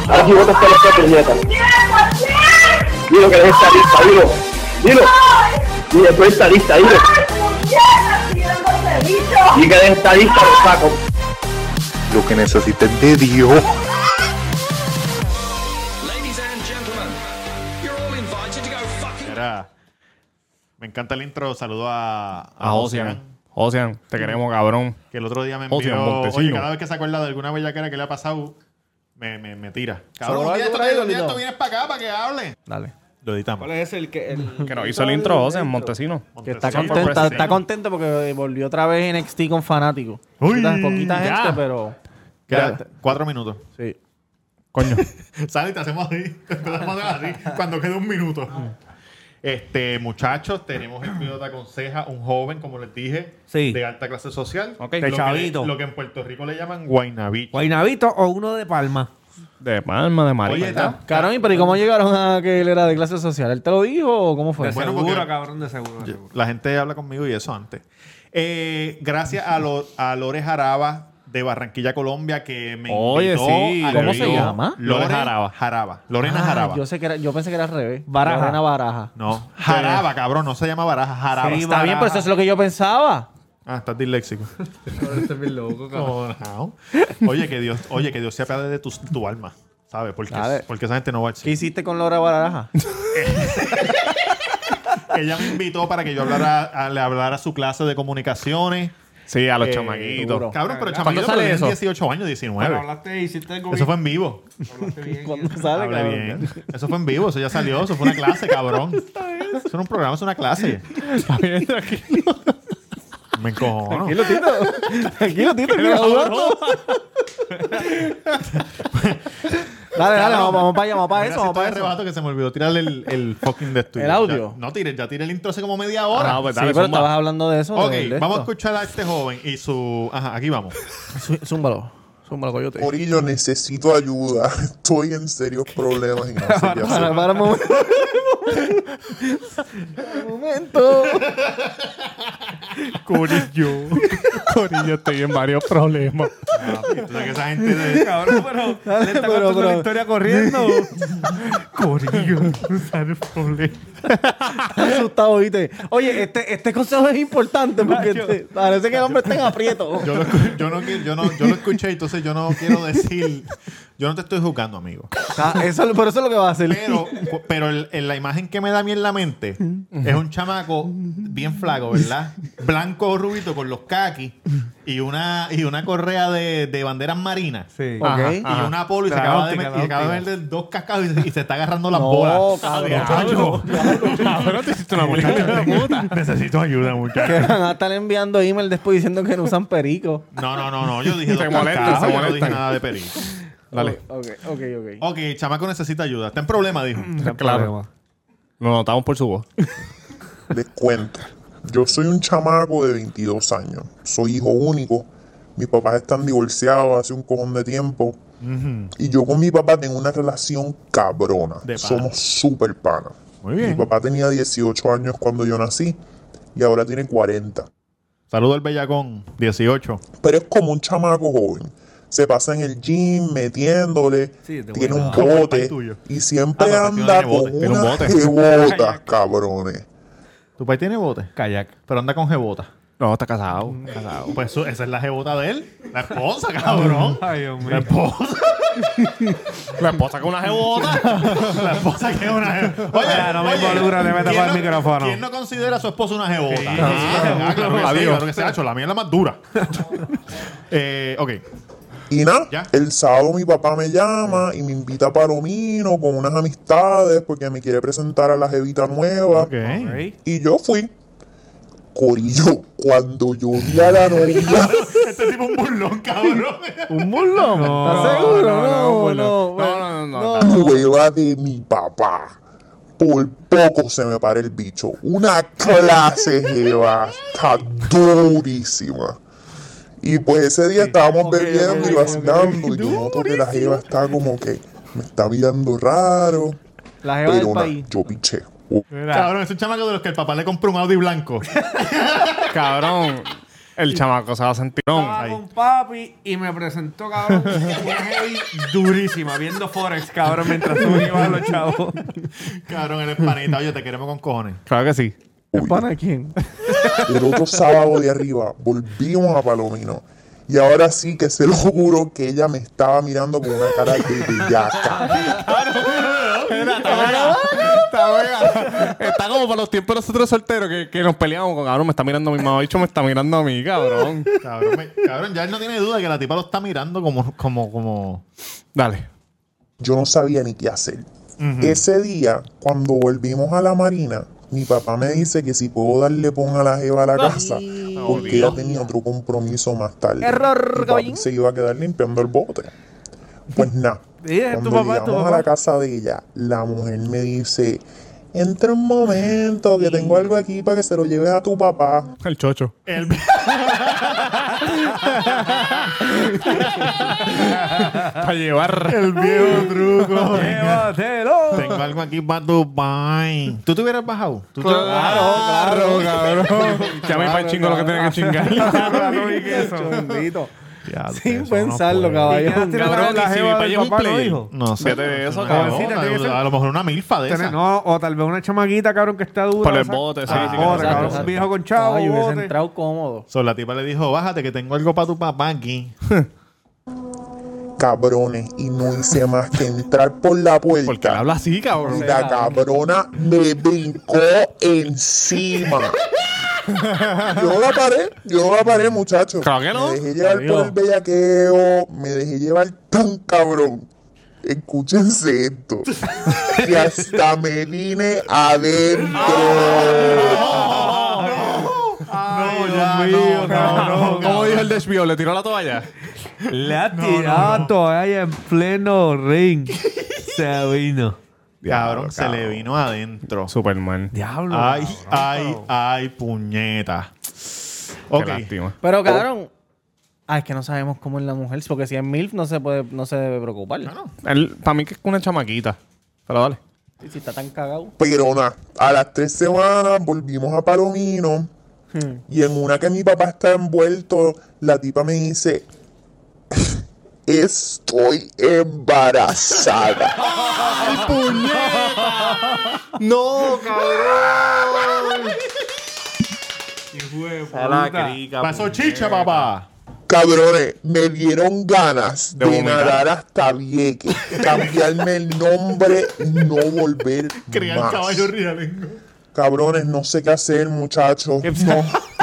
Aquí vos estás loca, puñeta. Dilo que eres estadista, dilo. Dilo. Dilo, tú eres estadista, dilo. Y que eres estadista, lo saco. lo que necesiten de Dios. Era- Me encanta el intro. Saludo a, A Ocean. Ocean, te queremos, cabrón. Que el otro día me Ocean envió. Montesino. Oye, cada vez que se acuerda de alguna bellaquera que le ha pasado, me, me, me tira. Cabrón, Seguro un día algo esto, por ahí, un día Lolito. esto vienes para acá para que hable. Dale. Lo editamos. ¿Cuál es ese? El que. el- Que nos hizo el intro, Ocean, Montesino. Que está Montesino pues, contento, está, President. está contento porque volvió otra vez NXT con fanático. Uy, poquita poquita ya. gente, pero. Queda cuatro minutos. Sí. Coño. Sale y te hacemos así. Te empezamos a hacer así cuando quede un minuto. Este, muchachos, tenemos el video de aconseja un joven, como les dije, Sí. de alta clase social. Ok. Lo De que- chavito. lo que en Puerto Rico le llaman guaynabito. Guaynabito o uno de Palma. De Palma, de María. Oye, está- Carón, ¿y pero ¿y cómo llegaron a que él era de clase social? ¿Él te lo dijo o cómo fue? De Bueno, seguro, porque- cabrón, de seguro. Ah, de seguro. La gente habla conmigo y eso antes. Eh, gracias a, lo- a Lore Jaraba de Barranquilla, Colombia, que me Oye, invitó. sí, al ¿cómo se vivo. llama? Lore Lore Jaraba. Jaraba. Jaraba. Lorena Ah, Jaraba. Yo, sé que era- yo pensé que era al revés. Baraja. Lorena Baraja. No, Jaraba, cabrón, no se llama Baraja, Jaraba. Está bien, pero eso es lo que yo pensaba. Ah, estás disléxico. Este es bien loco, cabrón. No, no. Oye, que Dios, oye, que Dios se apiade de tu, tu alma, ¿sabes? Porque, Dale. porque esa gente no va a ¿Qué hiciste con Lora Baraja? Ella me invitó para que yo hablara, a- le hablara a su clase de comunicaciones. Sí, a los Eh, duro. chamaquitos. Cabrón, pero el ¿Cuándo chamaquito sale tiene eso? 18 años, 19. Hablaste, hiciste algo Eso bien. fue en vivo. Hablaste bien. ¿Cuándo sale, Hable cabrón? bien. Eso fue en vivo, eso ya salió, eso fue una clase, cabrón. Eso era un programa, eso era una clase. Está bien, tranquilo. Me encojono. Tranquilo, Tito. Tranquilo, Tito. mira, jugando. Dale, dale, vamos, vamos para allá, vamos para Mira, eso, vamos si estoy para de eso. rebato que se me olvidó tirarle el, el fucking de estudio. ¿El audio? Ya- no tires, ya tiré el intro hace como media hora. Ah, pues Sí, dale, pero zumba. estabas hablando de eso. ok, del de vamos a esto. escuchar a este joven y su... Ajá, aquí vamos. Zú- Zúmbalo. Zúmbalo, coyote. Corillo, necesito ayuda. Estoy en serios problemas y no sé qué Para, hacer. para un momento. un momento. Corillo. Corillo, estoy en varios problemas. Entonces, que esa gente de... Cabrón, pero le está Pero, contando pero- la historia corriendo. Corillo, sale problema. asustado, ¿viste? Oye, este, este consejo es importante porque este- parece que el hombre está en aprieto. Yo lo, escu- yo, no, qui- yo, no, yo lo escuché, entonces yo no quiero decir... Yo no te estoy juzgando, amigo. Ah, eso, pero eso es lo que va a hacer. Pero, cu- pero el- el- la imagen que me da a mí en la mente es un chamaco bien flaco, ¿verdad? Blanco rubito con los caquis y una, y una correa de, de banderas marinas. Sí. Ok. Y una polo y se La acaba de, óptica, met- y la acaba de óptica. meter dos cascados y se, y se está agarrando las No, bolas. cabrón. Muchacho, Ah, Cabrón, te hiciste una película de puta. Necesito ayuda, muchacho. Que van a estar enviando email después diciendo que no usan perico. No, no, no, no. Yo dije dos Se molestan, cascadas, se yo no dije molestan. nada de perico. Dale. Oh, Ok, ok, ok. Ok, el chamaco necesita ayuda. Está en problema, dijo. Claro. Lo notamos por su voz. Les cuento. Yo soy un chamaco de 22 años. Soy hijo único. Mis papás están divorciados hace un cojón de tiempo. Y yo con mi papá tengo una relación cabrona. De pana. Somos súper panas. Muy bien. Mi papá tenía 18 años cuando yo nací y ahora tiene 40. Saludo al Bellacón, 18. pero es como un chamaco joven. Se pasa en el gym metiéndole, Sí, te tiene voy a- un Como el bote pai tuyo. y siempre Ah, pero anda tiene bote, con tiene un unas bote. jebotas, cabrones. ¿Tu país tiene bote? Kayak. Pero anda con jebota. No, está casado. casado. Pues su- esa es la jebota de él. La esposa, cabrón. Ay, Dios La mío. esposa. La esposa con una jebota. La esposa que es una jebota. Oye, Mira, Ah, no me oye, involucra, le meta ¿quién para el no- micrófono. ¿Quién no considera a su esposa una jebota? Sí, Ah, sí, claro que sí, adiós. claro que sí, hacho, La mía es la más dura. eh, ok. Y nada, Ya. el sábado mi papá me llama y me invita a Palomino con unas amistades porque me quiere presentar a la jevita nueva. Ey, Y yo fui. Corillo, cuando yo vi a la novia, Este tipo es un burlón, cabrón. ¿Un burlón? No, ¿Estás seguro? no, pues no, No, no, un no. No, no, no, no. nueva de mi papá. Por poco se me para el bicho. Una clase jeva. Está durísima. Y pues ese día estábamos bebiendo y vacinando. y yo noto que la jeva está como que me está mirando raro. La jeva del Pero nada, país. yo piché. Oh, cabrón, es un chamaco de los que el papá le compró un Audi blanco. Cabrón. El chamaco se va a sentir. Estaba con papi y me presentó, cabrón, una heavy durísima, viendo Forex, cabrón, mientras tú me ibas a los chavos. cabrón, el panita. Oye, te queremos con cojones. Claro que sí. ¿El pana de quién? El otro sábado de arriba volvimos a Palomino. Y ahora sí que se lo juro que ella me estaba mirando con una cara de bellaca. Está, está como para los tiempos de nosotros solteros que, que nos peleamos con cabrón. Me está mirando a mi mamá. Bicho me está mirando a mí, cabrón. Cabrón, me- cabrón, ya él no tiene duda que la tipa lo está mirando como, como, como. Dale. yo no sabía ni qué hacer. Ese día, cuando volvimos a la marina, mi papá me dice que si puedo darle pon a la jeva a la casa, porque ella tenía otro compromiso más tarde. Error, Y papi caballín. se iba a quedar limpiando el bote. Pues nada, Sí, es tu cuando papá, es tu llegamos a papá. la casa de ella, la mujer me dice Entra un momento, que tengo algo aquí para que se lo lleves a tu papá. El chocho. El- Para llevar. El viejo truco. ¡Llévatelo! Tengo algo aquí para Dubai. ¿Tú te hubieras bajado? ¿Tú te- Claro, claro, cabrón. Llame para el chingo lo que tienen que chingar. Chondito. Ya, Sin eso no pensarlo, puede. caballón. Tiene Cabrón, la y si jeva mi pa del lleva un papá, ¿no, play. hijo? No sé. Fíjate de eso, una cabrón. cabrona, Tiene que ser- A lo mejor una milfa de Tiene- esa. No, o tal vez una chamaguita, cabrón, que está dura. Por el ¿sabes? bote, sí, Ah, bote, sí, exacto, cabrón. exacto. Un viejo con chavo, Chavo, yo hubiese bote. entrado cómodo. So, la tipa le dijo, bájate que tengo algo para tu papá aquí. Cabrones, y no hice más que entrar por la puerta. Porque él habla así, Y cabrón. la cabrona me brincó encima. Yo no la paré, yo no la paré, muchacho. Claro que no. Me dejé llevar por el bellaqueo, me dejé llevar tan cabrón. Escúchense esto. que hasta me vine adentro. No, ya, no, no, no, ¿Cómo dijo el desvío? ¿Le tiró la toalla? Le ha tirado toalla en pleno ring. Se vino. Cabrón, se le vino adentro. Superman. Diablo. Ay, ay, ay, puñeta. Ok. Qué lástima. Pero cabrón. Ah, es que no sabemos cómo es la mujer, porque si es MILF no se puede, no se debe preocupar. Para mí que es una chamaquita. Pero dale. Y Si está tan cagado. Pero nada, a las tres semanas volvimos a Palomino. Y en una que mi papá está envuelto, la tipa me dice: Estoy embarazada. ¡No, cabrón! Pasó chicha, papá. Cabrones, me dieron ganas De de, vomitar. nadar hasta Vieques, cambiarme el nombre, no volver Criar más. caballo rialengo. Cabrones, no sé qué hacer, muchachos. No,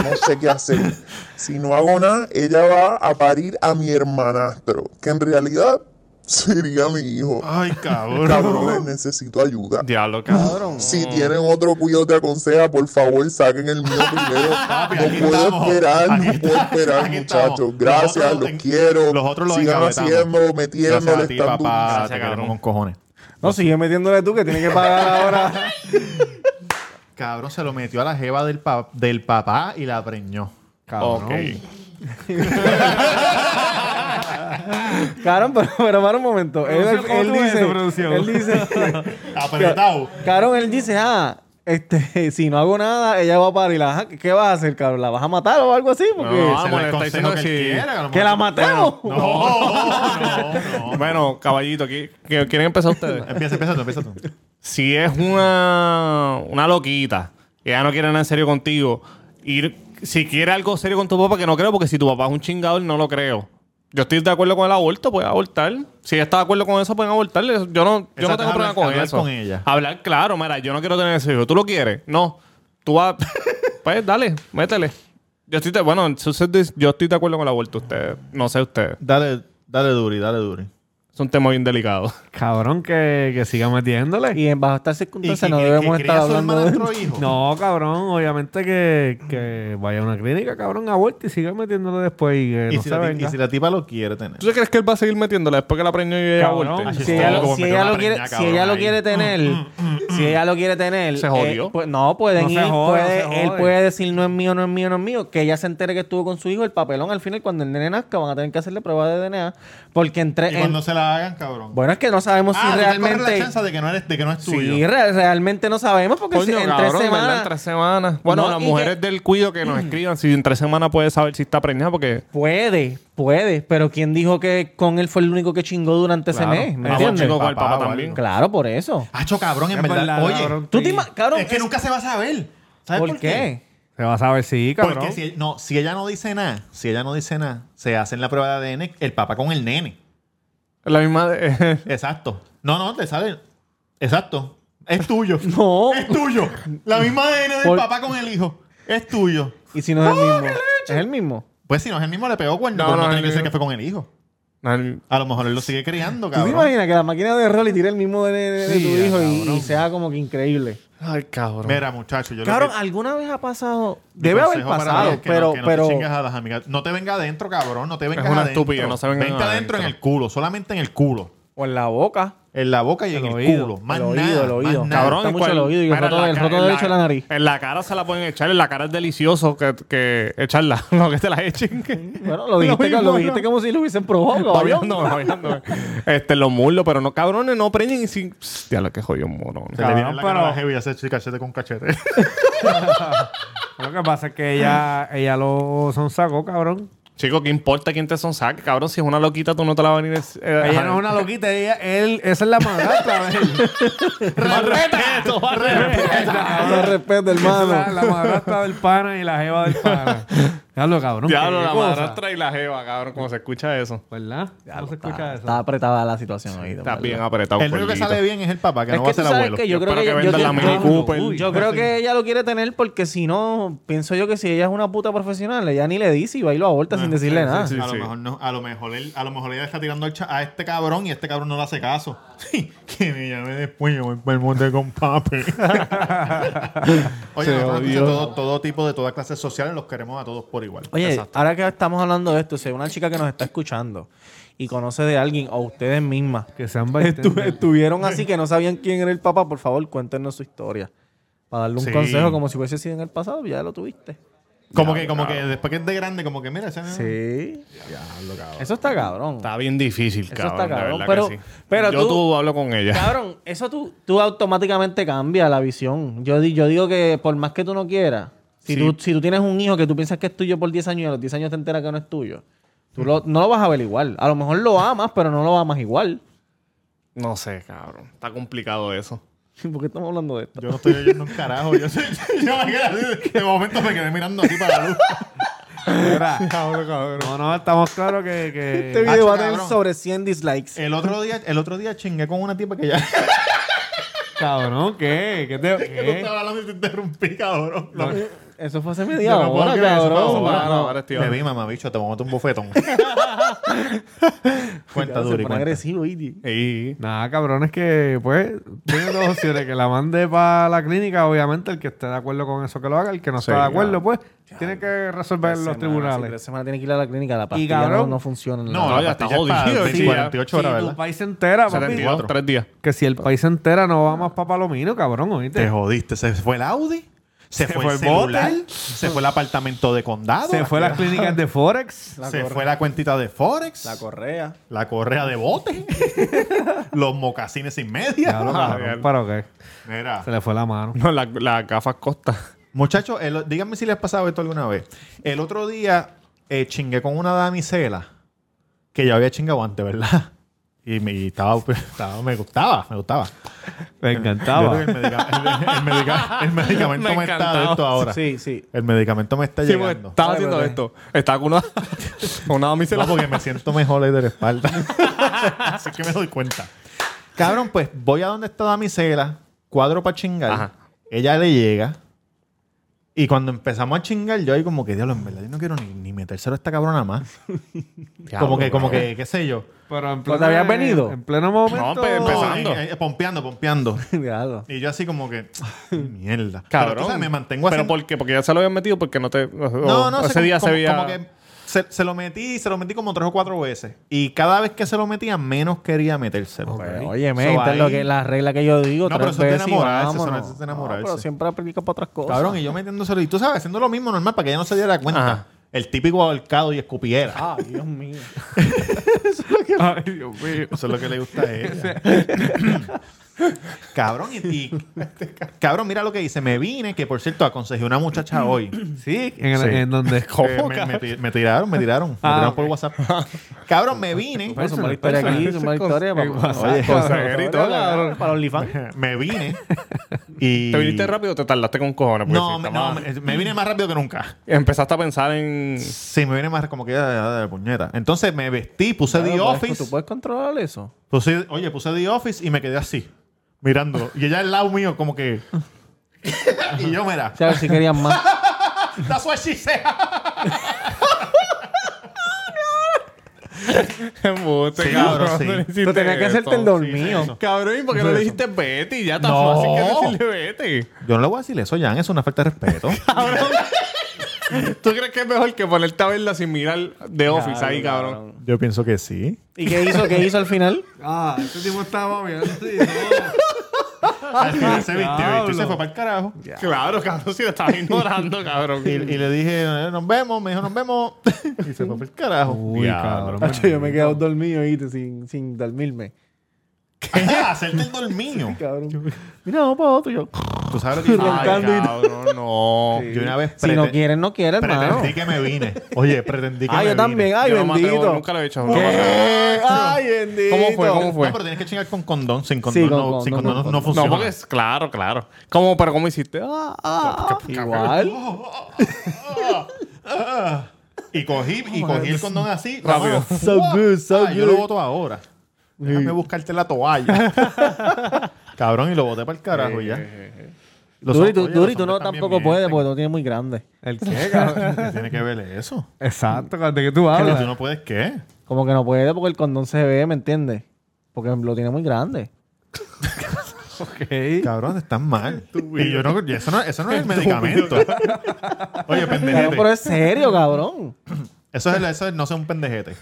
no sé qué hacer. Si no hago nada, ella va a parir a mi hermanastro, que en realidad sería mi hijo. Ay, cabrón. Cabrones, necesito ayuda. Diablo, cabrón. Si tienen otro cuyo te aconseja, por favor, saquen el mío primero. aquí no puedo estamos. esperar, Aquí no puedo estamos. esperar, Aquí muchachos. estamos. Gracias, Nosotros los en- quiero. los otros los Sigan engavetamos. haciendo, metiendo, Gracias a le ti, están duro. papá. Te queremos con cojones. No, sigue metiéndole tú que tiene que pagar ahora. Cabrón, se lo metió a la jeva del, pa- del papá y la preñó. Ok. Cabrón, pero, pero para un momento. Él, Producción, ¿cómo él tú ves dice, eso, producción? él dice, Apretado. cabrón, él dice, ah, este, si no hago nada, ella va a parir. Ajá, ¿Qué vas a hacer, cabrón? ¿La vas a matar o algo así? Porque No, Ese vamos, era le el está consejo diciendo que él si- quiera, a lo que la mejor- matemos. No, no, no. Bueno, caballito, ¿qui- qui- ¿quieren empezar ustedes? Empieza, empieza tú, empieza tú. si es una, una loquita, que ya no quiere nada en serio contigo, y si quiere algo serio con tu papá, que no creo, porque si tu papá es un chingador, no lo creo. Yo estoy de acuerdo con el aborto, pues abortar. Si ella está de acuerdo con eso, pueden abortarle. Yo no, yo no Exacto, tengo problema hablar- con hablar eso. con ella. Hablar, claro, mira, yo no quiero tener ese hijo. ¿Tú lo quieres? No. Tú vas. pues dale, métele. Yo estoy de, bueno, entonces yo estoy de acuerdo con el aborto. Ustedes, no sé ustedes. Dale, dale duri, dale duri. Es un tema bien delicado. Cabrón, que, que siga metiéndole. Y en bajo estas circunstancias no debemos estar hablando de nuestro hijo? No, cabrón, obviamente que, que vaya a una clínica, cabrón, aborto y siga metiéndole después y que ¿Y, no si se la, ti- venga. y si la tipa lo quiere tener? ¿Tú te crees que él va a seguir metiéndola después que la preñó y ella Cabrón. aborte? si ella, Como lo- si metió ella una lo quiere, preña, si ella cabrón, lo ahí. quiere tener, Mm, si ella lo quiere tener, Se jodió. eh, pues, no pueden No se ir, joda, puede- se jode. él puede decir no es mío, no es mío, no es mío, que ella se entere que estuvo con su hijo, el papelón al final cuando el nene nazca van a tener que hacerle prueba de DNA, porque entre Y en- cuando se la hagan, cabrón. bueno es que no sabemos ah, si tú te corres la realmente chance de que no, eres, de que no es tuyo. sí, re- realmente no sabemos porque si- Coño, en cabrón, tres ¿verdad? semanas En tres semanas. Bueno, No, las y Mm. mujeres del cuido que nos escriban, si en tres semanas puede saber si está preñada, porque puede, puede, pero quién dijo que con él fue el único que chingó durante Claro. ese mes, ¿me Ah, bueno, entiendes? chingó con el papá Papá, también. Claro, por eso. Hacho, cabrón, en Es verdad. verdad, Oye, cabrón, Tú sí. te ima- cabrón, es que nunca se va a saber. ¿Sabes ¿por qué? Se va a saber si, cabrón. Porque si, e- no, si ella no dice nada, si ella no dice nada, se hacen la prueba de ADN el papá con el nene. es la misma. de- Exacto. No, no, te sale. Exacto. Es tuyo. No. Es tuyo. La misma ADN del Por- papá con el hijo. Es tuyo. Y si no es el mismo, es el mismo. Pues si no es el mismo, le pegó cuerno. No, pues No, no, tiene el que ser hijo. que fue con el hijo. Al- A lo mejor él lo sigue criando, ¿Tú te cabrón. imaginas que la máquina de rol y tire el mismo de, de- de tu Sí, hijo y- y, cabrón. sea como que increíble? Ay, cabrón. Mira, muchacho, yo Cabrón, lo que- ¿alguna vez ha pasado? mi Debe haber consejo para ti pasado, es que no- pero... que no, pero te chingues a las amigas. No te venga adentro, cabrón. No te vengas una adentro. estúpida, no se vengan Vente adentro en adentro. el culo. Solamente en el culo. O en la boca. En la boca y en el, El oído, culo. el Más oído, nada, el más oído. nada. Cabrón, Está ¿y mucho cuál? el oído y el Mira, roto- el ca- roto derecho de la nariz. En la cara se la pueden echar, en la cara es delicioso que, que echarla, no que te la echen. Bueno, lo dijiste, mismo, lo dijiste como si lo hubiesen probado, cabrón. Babeándome, babeándome. Este, los muslos, pero no, cabrones, no preñen y sin. Ya lo que jodió morón. Se le viene Cabrón, la pero- cara heavy hace ch- cachete con cachete. Lo que pasa es que ella, ella lo sonsacó, cabrón. Chico, ¿qué importa quién te son saque, cabrón? Si es una loquita, tú no te la vas a venir. a- eh, Ella a- no es una loquita, ella, él, esa es la madrastra de él. Más respeto, más respeto. No respeto, La, hermano. la madrastra del pana y la jeva del pana. Diablo, cabrón. Diablo, qué la cosa. madrastra y la jeva, cabrón, como se escucha eso. ¿Verdad? No se escucha Está, eso. está apretada la situación ahí. Está ¿verdad? bien apretado. el único que puerquito. sale bien es el papá, que Es no va que a ser tú sabes abuelo. que yo Yo creo espero que, que ella- vendan la yo, creo- Mini Cooper. Uy, yo creo que ella lo quiere tener porque si no, pienso yo que si ella es una puta profesional, ella ni le dice y va y lo aborta Ah, sin decirle nada. Ah, sí, a lo sí. mejor no, a lo mejor él, a lo mejor ella está tirando al cha- a este cabrón y este cabrón no le hace caso. que me llame después, yo voy para el monte con papi. Oye, nosotros, entonces, todo, todo tipo de todas clases sociales los queremos a todos por igual. Oye, Exacto. ahora que estamos hablando de esto, si hay una chica que nos está escuchando y conoce de alguien o ustedes mismas Que sean estu- bartender. estuvieron así que no sabían quién era el papá, por favor, cuéntenos su historia. Para darle un Sí. consejo como si hubiese sido en el pasado, ya lo tuviste. como que, como que después que es de grande, como que mira, ese nene- Sí. Eso está cabrón. Está bien difícil, Eso cabrón. está de cabrón, verdad pero- que sí. pero yo tú- tú hablo con ella. Cabrón, eso tú, tú automáticamente cambia la visión. Yo, di- yo digo que por más que tú no quieras, si, Sí. tú, si tú tienes un hijo que tú piensas que es tuyo por 10 años y a los 10 años te enteras que no es tuyo, tú lo- no lo vas a ver igual. A lo mejor lo amas, pero no lo amas igual. No sé, cabrón. Está complicado eso. ¿Por qué estamos hablando de esto? Yo no estoy oyendo un carajo. Yo, sé- yo me quedé así, de momento me quedé mirando así para la luz. Mira. No, no, estamos claros que. que- Este video va a tener cabrón. Eh, sobre 100 dislikes. El otro día, el otro día chingué con una tipa que ya Ah, Cabrón, ¿qué? ¿Qué te.? que no ¿Eh? qué? estaba hablando y te interrumpí, cabrón. No, Eso fue hace media yo no puedo hora, creer eso, cabrón. pero ahora no, Bueno, ahora estoy- ahora. Me vi, mamá, bicho, te voy a meter un bofetón. Ya cuenta se duro y pone cuenta. agresivo, Idi. Y Nada, cabrón, es que, pues, tiene dos opciones. Que la mande para la clínica, obviamente, el que esté de acuerdo con eso que lo haga, el que no Sí, está de acuerdo, claro. pues, tiene que resolver Pues, en los La tribunales. semana tiene que ir a la clínica, la pastilla no, cabrón. no funciona. No, nada. no, No, ya ya está está jodido, jodido. sí, 48 horas, Si tu ¿verdad? país se entera, papi, 72, tres días. que si el país se entera, no va más para Palomino, cabrón, Te oíste. jodiste. Se fue el Audi. Se, fue, fue el el celular. bote. Se fue el apartamento de condado. Se fue a las clínicas de Forex. se fue la cuentita de Forex. La La, correa. correa de bote. los mocasines sin media. Diablo, cabrón, ¿Para qué? Mira. Se le fue la mano. No, la- las gafas costa. Muchachos, el- díganme si les ha pasado esto alguna vez. El otro día eh, chingué con una damisela que ya había chingado antes, ¿verdad? Y me y estaba, estaba- me gustaba, me gustaba. Me Yo encantaba. creo que el, medica- el- el medica- el medicamento me, está Me encantaba. de esto ahora. Sí, sí. El medicamento me está Sí, pues, porque llegando. pues, estaba haciendo esto. Estaba con una, con una No, damisela. porque me siento mejor ahí de la espalda. Así que me doy cuenta. Cabrón, pues voy a donde está damisela, cuadro para chingar. Ajá. Ella le llega. Y cuando empezamos a chingar, yo ahí como que, diablo, en verdad, yo no quiero ni, ni metérselo a esta cabrona más. como que, como que, qué sé yo. Pero en ¿Cuándo habías venido? En pleno momento. No, pe- Empezando. eh, eh, pompeando, pompeando. Cuidado. Y yo así como que, mierda. Cabrón. Pero, tú sabes, me mantengo ¿Pero haciendo... por qué? Porque ya se lo habían metido porque no te... No, no, Ese se- día como, se veía... como que se, se lo metí, se lo metí como tres o cuatro veces. Y cada vez que se lo metía, menos quería metérselo. Pues, Oye, Oye, óyeme, esta es lo que, la regla que yo digo. No, pero tres eso es de veces y enamorarse, eso no vámonos. es de enamorarse. No, pero siempre aplica para otras cosas. Cabrón, y yo metiéndoselo. Y tú sabes, haciendo lo mismo normal para que ella no se diera cuenta. Ajá. El típico ahorcado y escupiera. Ay, Ah, Dios mío. Ah, Ay, Dios mío. Eso es lo que le gusta a ella. cabrón, y, y- cabrón, mira lo que dice. Me vine, que por cierto, aconsejé una muchacha hoy. Sí, en, el- Sí. en donde. Eh, me, me ti- me tiraron, me tiraron. Me Ah, tiraron ok. por WhatsApp. Cabrón, me vine. Vamos a sumar historia aquí, sumar historia. ¿Qué papá. pasa? Oye, Consejero y todo, cabrón. Para OnlyFans. Me vine. Y... Pues ¿Te viniste rápido o te tardaste con cojones? Porque No, sí, me, no estaba- me, me vine más rápido que nunca. Empezaste a pensar en... Sí, me vine más como que ya de, de- de puñeta. Entonces me vestí, puse The Claro, pues, Office. ¿Tú puedes controlar eso? Puse- oye, puse The Office y me quedé así, mirando. Y ella al lado mío, como que. y yo, mira. O sea, si querían más. That's what she said. Embuste, Sí, cabrón, sí. no le hiciste Pero tenía que hacerte el eso. dormido. Cabrón, ¿y por qué no le dijiste Betty? Ya tan No. fácil que decirle Betty. Yo no le voy a decir eso, Jan, es una falta de respeto. ¿Tú crees que es mejor que ponerte a verla sin mirar de Office ahí, cabrón? Yo pienso que sí. ¿Y qué hizo? ¿Qué hizo al final? Ah, este tipo estaba mirando. Al final se vistió, ¿viste? y se fue para el carajo. Claro, cabrón, si la estás ignorando, cabrón. Y, y le dije, "Eh, nos vemos, me dijo, nos vemos. Y se fue para el carajo. Uy, cabrón. Nacho, yo me he quedado dormido ¿viste? sin, sin dormirme. ¿Qué? Hacerte el dormido. Cabrón. Mira, vamos para otro. Yo. Tú sabes lo que yo- Ay, cabrón, no. Yo una vez Si no preten- quieren, no quieren, hermano. pretendí que me vine. Oye, pretendí que Ah, me yo vine. también. Ay, Yo no me atrevo, bendito. nunca lo he hecho. ¿Qué? Ay, bendito. ¿Cómo fue? ¿Cómo No, fue? pero tienes que chingar con condón. Sin condón, con no, condón, sin con condón no- condón. no, No, funciona. porque es claro, claro. ¿Cómo, pero cómo hiciste? Ah, ah, Oh, Igual. Ah. Y cogí, y cogí el condón así. Rápido. Ramón. So ¡Wow! good, so Ah, Yo lo good. boto ahora. Déjame buscarte la toalla. Cabrón, y lo boté para el carajo ya. Los Duri, hombres- tú, oye, Duri, los tú no, hombres también tampoco pues. puedes mienten. porque tú tienes muy grande. ¿El qué, cabrón? ¿Qué tiene que ver eso? Exacto, ¿de qué tú Ah, Pero tú hablas? no puedes, ¿qué? Como que no puede porque el condón se ve, ¿me entiendes? Porque lo tiene muy grande. Ok. Cabrón, estás mal. Y yo no, y eso no, eso no es el medicamento. Oye, Cabrón, pero pendejete. es serio, cabrón. Eso es, el- eso es no ser un pendejete.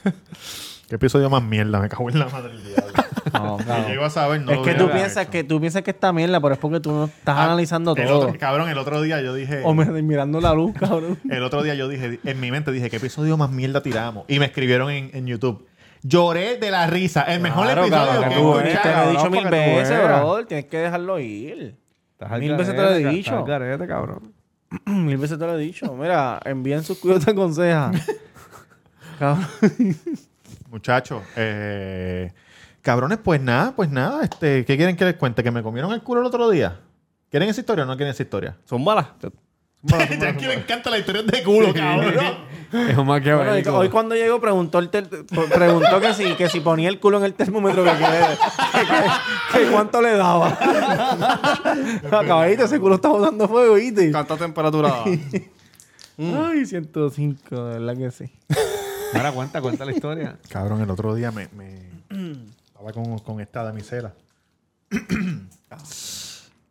¿Qué episodio más mierda? Me cago en la madre del diablo. No, Si llego a saber, no Es lo que tú hubiera piensas hecho. que tú piensas que esta mierda, pero es porque tú no estás Ah, analizando el todo. otro- cabrón, el otro día yo dije... O me- mirando la luz, cabrón. El otro día yo dije, en mi mente dije, ¿qué episodio más mierda tiramos? Y me escribieron en, en YouTube. Lloré de la risa. El mejor episodio Cabrón, que tú he ves, te escuchado. lo he dicho cabrón, mil para que tú veces, veas. bro. Tienes que dejarlo ir. Estás al Mil veces te lo he garete, dicho. estás al garete, cabrón. Mil veces te lo he dicho. Mira, envíen sus cuidados aconseja. Cabrón. Muchachos, eh, cabrones, pues nada, pues nada. Este, ¿Qué quieren que les cuente? ¿Que me comieron el culo el otro día? ¿Quieren esa historia o no quieren esa historia? Son malas. me encanta la historia de culo, cabrón. Es un Bueno, hoy- maquiavélico. hoy cuando llegó preguntó el tel- preguntó que si, que si ponía el culo en el termómetro que, que- que- que cuánto le daba. Caballito, ese culo está botando fuego, ¿viste? ¿Cuánta temperatura daba? Ay, 105, de verdad que sí. Ahora cuenta, cuenta la historia. Cabrón, el otro día me, me- estaba con, con esta damisela.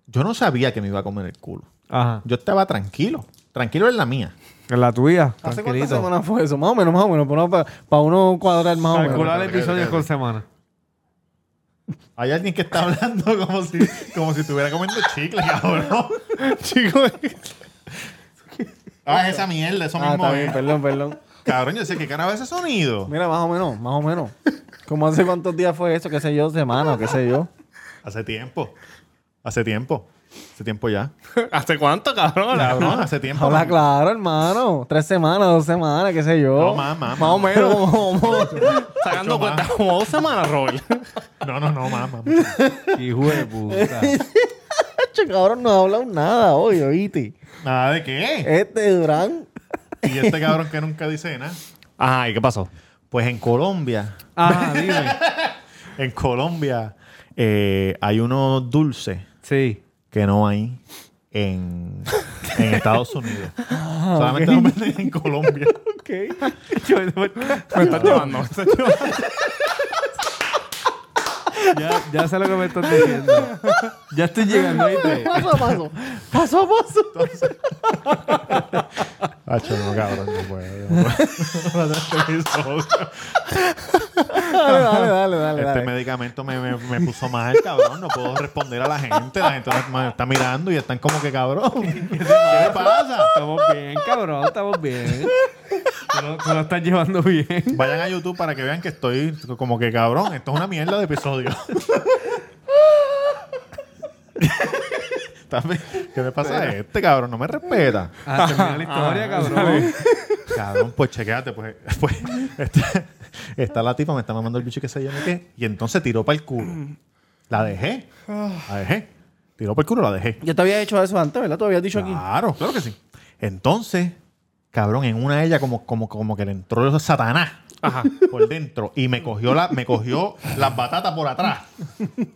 Yo no sabía que me iba a comer el culo. Ajá. Yo estaba tranquilo. Tranquilo en la mía. En la tuya. ¿Hace cuántas semanas fue eso? Más o menos, más o menos. Para uno cuadrar más o menos. Calcular Espérate, episodios espérate. con semana. Hay alguien que está hablando como si, como si estuviera comiendo chicle, cabrón. Chico, Ah, es esa mierda, eso Ah, mismo está es. bien, perdón, perdón. Cabrón, yo sé que cara ese sonido. Mira, más o menos, más o menos. Como hace cuántos días fue eso, qué sé yo, semana, qué sé yo. Hace tiempo. Hace tiempo. Hace tiempo ya. ¿Hace cuánto, cabrón? Cabrón, hace tiempo. Hola, claro, hermano. Tres semanas, dos semanas, qué sé yo. No, más, más, Más o más. menos, como- como- Sacando Ocho más. cuenta como dos semanas, Robert. No, no, no, mamá. Hijo de puta. Che, cabrón, no ha hablado nada hoy, oíste. Nada de qué. Este Durán. Y este cabrón que nunca dice nada. Ajá, ¿y qué pasó? Pues en Colombia, Ajá, dime. en Colombia eh, hay unos dulces Sí. que no hay en, en Estados Unidos. Solamente los venden en Colombia. Me estás llevando. Ya, ya sé lo que me estás diciendo. Ya estoy llegando ahí. Paso a paso. Paso a paso. Ah, no, cabrón, no puedo. no puedo. Este episodio. Dale, dale, dale, dale. Este dale. medicamento me, me- me puso mal, cabrón. No puedo responder a la gente. La gente me está mirando y están como que, cabrón. ¿Qué le pasa? Estamos bien, cabrón. Estamos bien. Tú lo, tú lo estás llevando bien. Vayan a YouTube para que vean que estoy como que, cabrón. Esto es una mierda de episodio. También, ¿Qué le pasa a este, cabrón? No me respeta. Ah, termina la historia, cabrón. Cabrón, pues chequéate, pues. pues esta, esta la tipa me está mamando el bicho que se llama qué. Y entonces tiró para el culo. La dejé. La dejé. Tiró para el culo, la dejé. Yo te había hecho eso antes, ¿verdad? Tú habías dicho aquí. Claro, claro que sí. Entonces, cabrón, en una de ellas como, como, como que le entró el Satanás por dentro y me cogió, la, me cogió las batatas por atrás.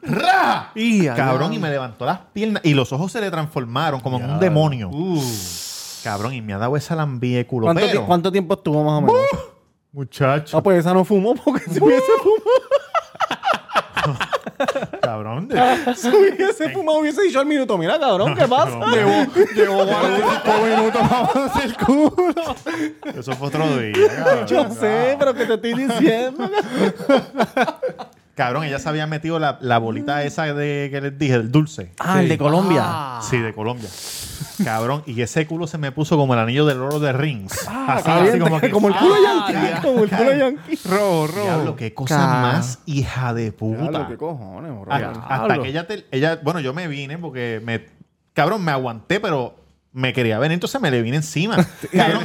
¡Ra! Y, Cabrón, y me levantó las piernas y los ojos se le transformaron como en un demonio. Cabrón, y me ha dado esa lambía de culo. ¿Cuánto, ti- pero- cuánto tiempo estuvo más o menos? Muchacho. Ah, pues esa no fumó porque si hubiese fumado. cabrón. Si hubiese fumado, hubiese dicho al minuto, mira, cabrón, ¿qué pasa? Llevo 45 minutos más el culo. Eso fue otro día. Cabrón. Yo sé, pero que te estoy diciendo. Cabrón, ella se había metido la, la bolita esa de que les dije, del dulce. Ah, el de Colombia. Sí, de Colombia. Cabrón, y ese culo se me puso como el anillo del oro de Rings. así, así Caliente, como como, que. el culo yankee. como el culo yankee. Robo, robo. Diablo, qué cosa Ca- más hija de puta. cojones, Ah, bro. Hasta, hasta que ella, te- ella, bueno, yo me vine porque me, cabrón, me aguanté, pero me quería ver, entonces me le vine encima. cabrón,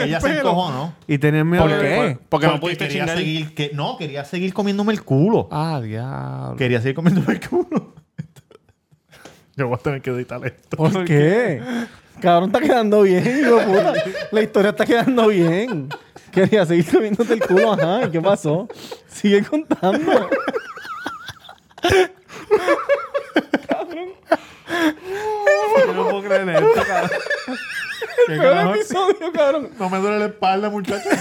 ella se encojonó. Y tenían miedo. ¿Por de- qué? Porque no pudiste quería chingar. seguir, que, no, quería seguir comiéndome el culo. Ah, diablo. Quería seguir comiéndome el culo. yo voy a tener que editar esto. ¿Por qué? Cabrón, está quedando bien, hijo de puta. La historia está quedando bien. Quería seguir comiéndote el culo, ajá. ¿Y qué pasó? Sigue contando. Yo no puedo creer esto, cabrón. ¿Qué carajo? episodio, cabrón. No me duele la espalda, muchachos.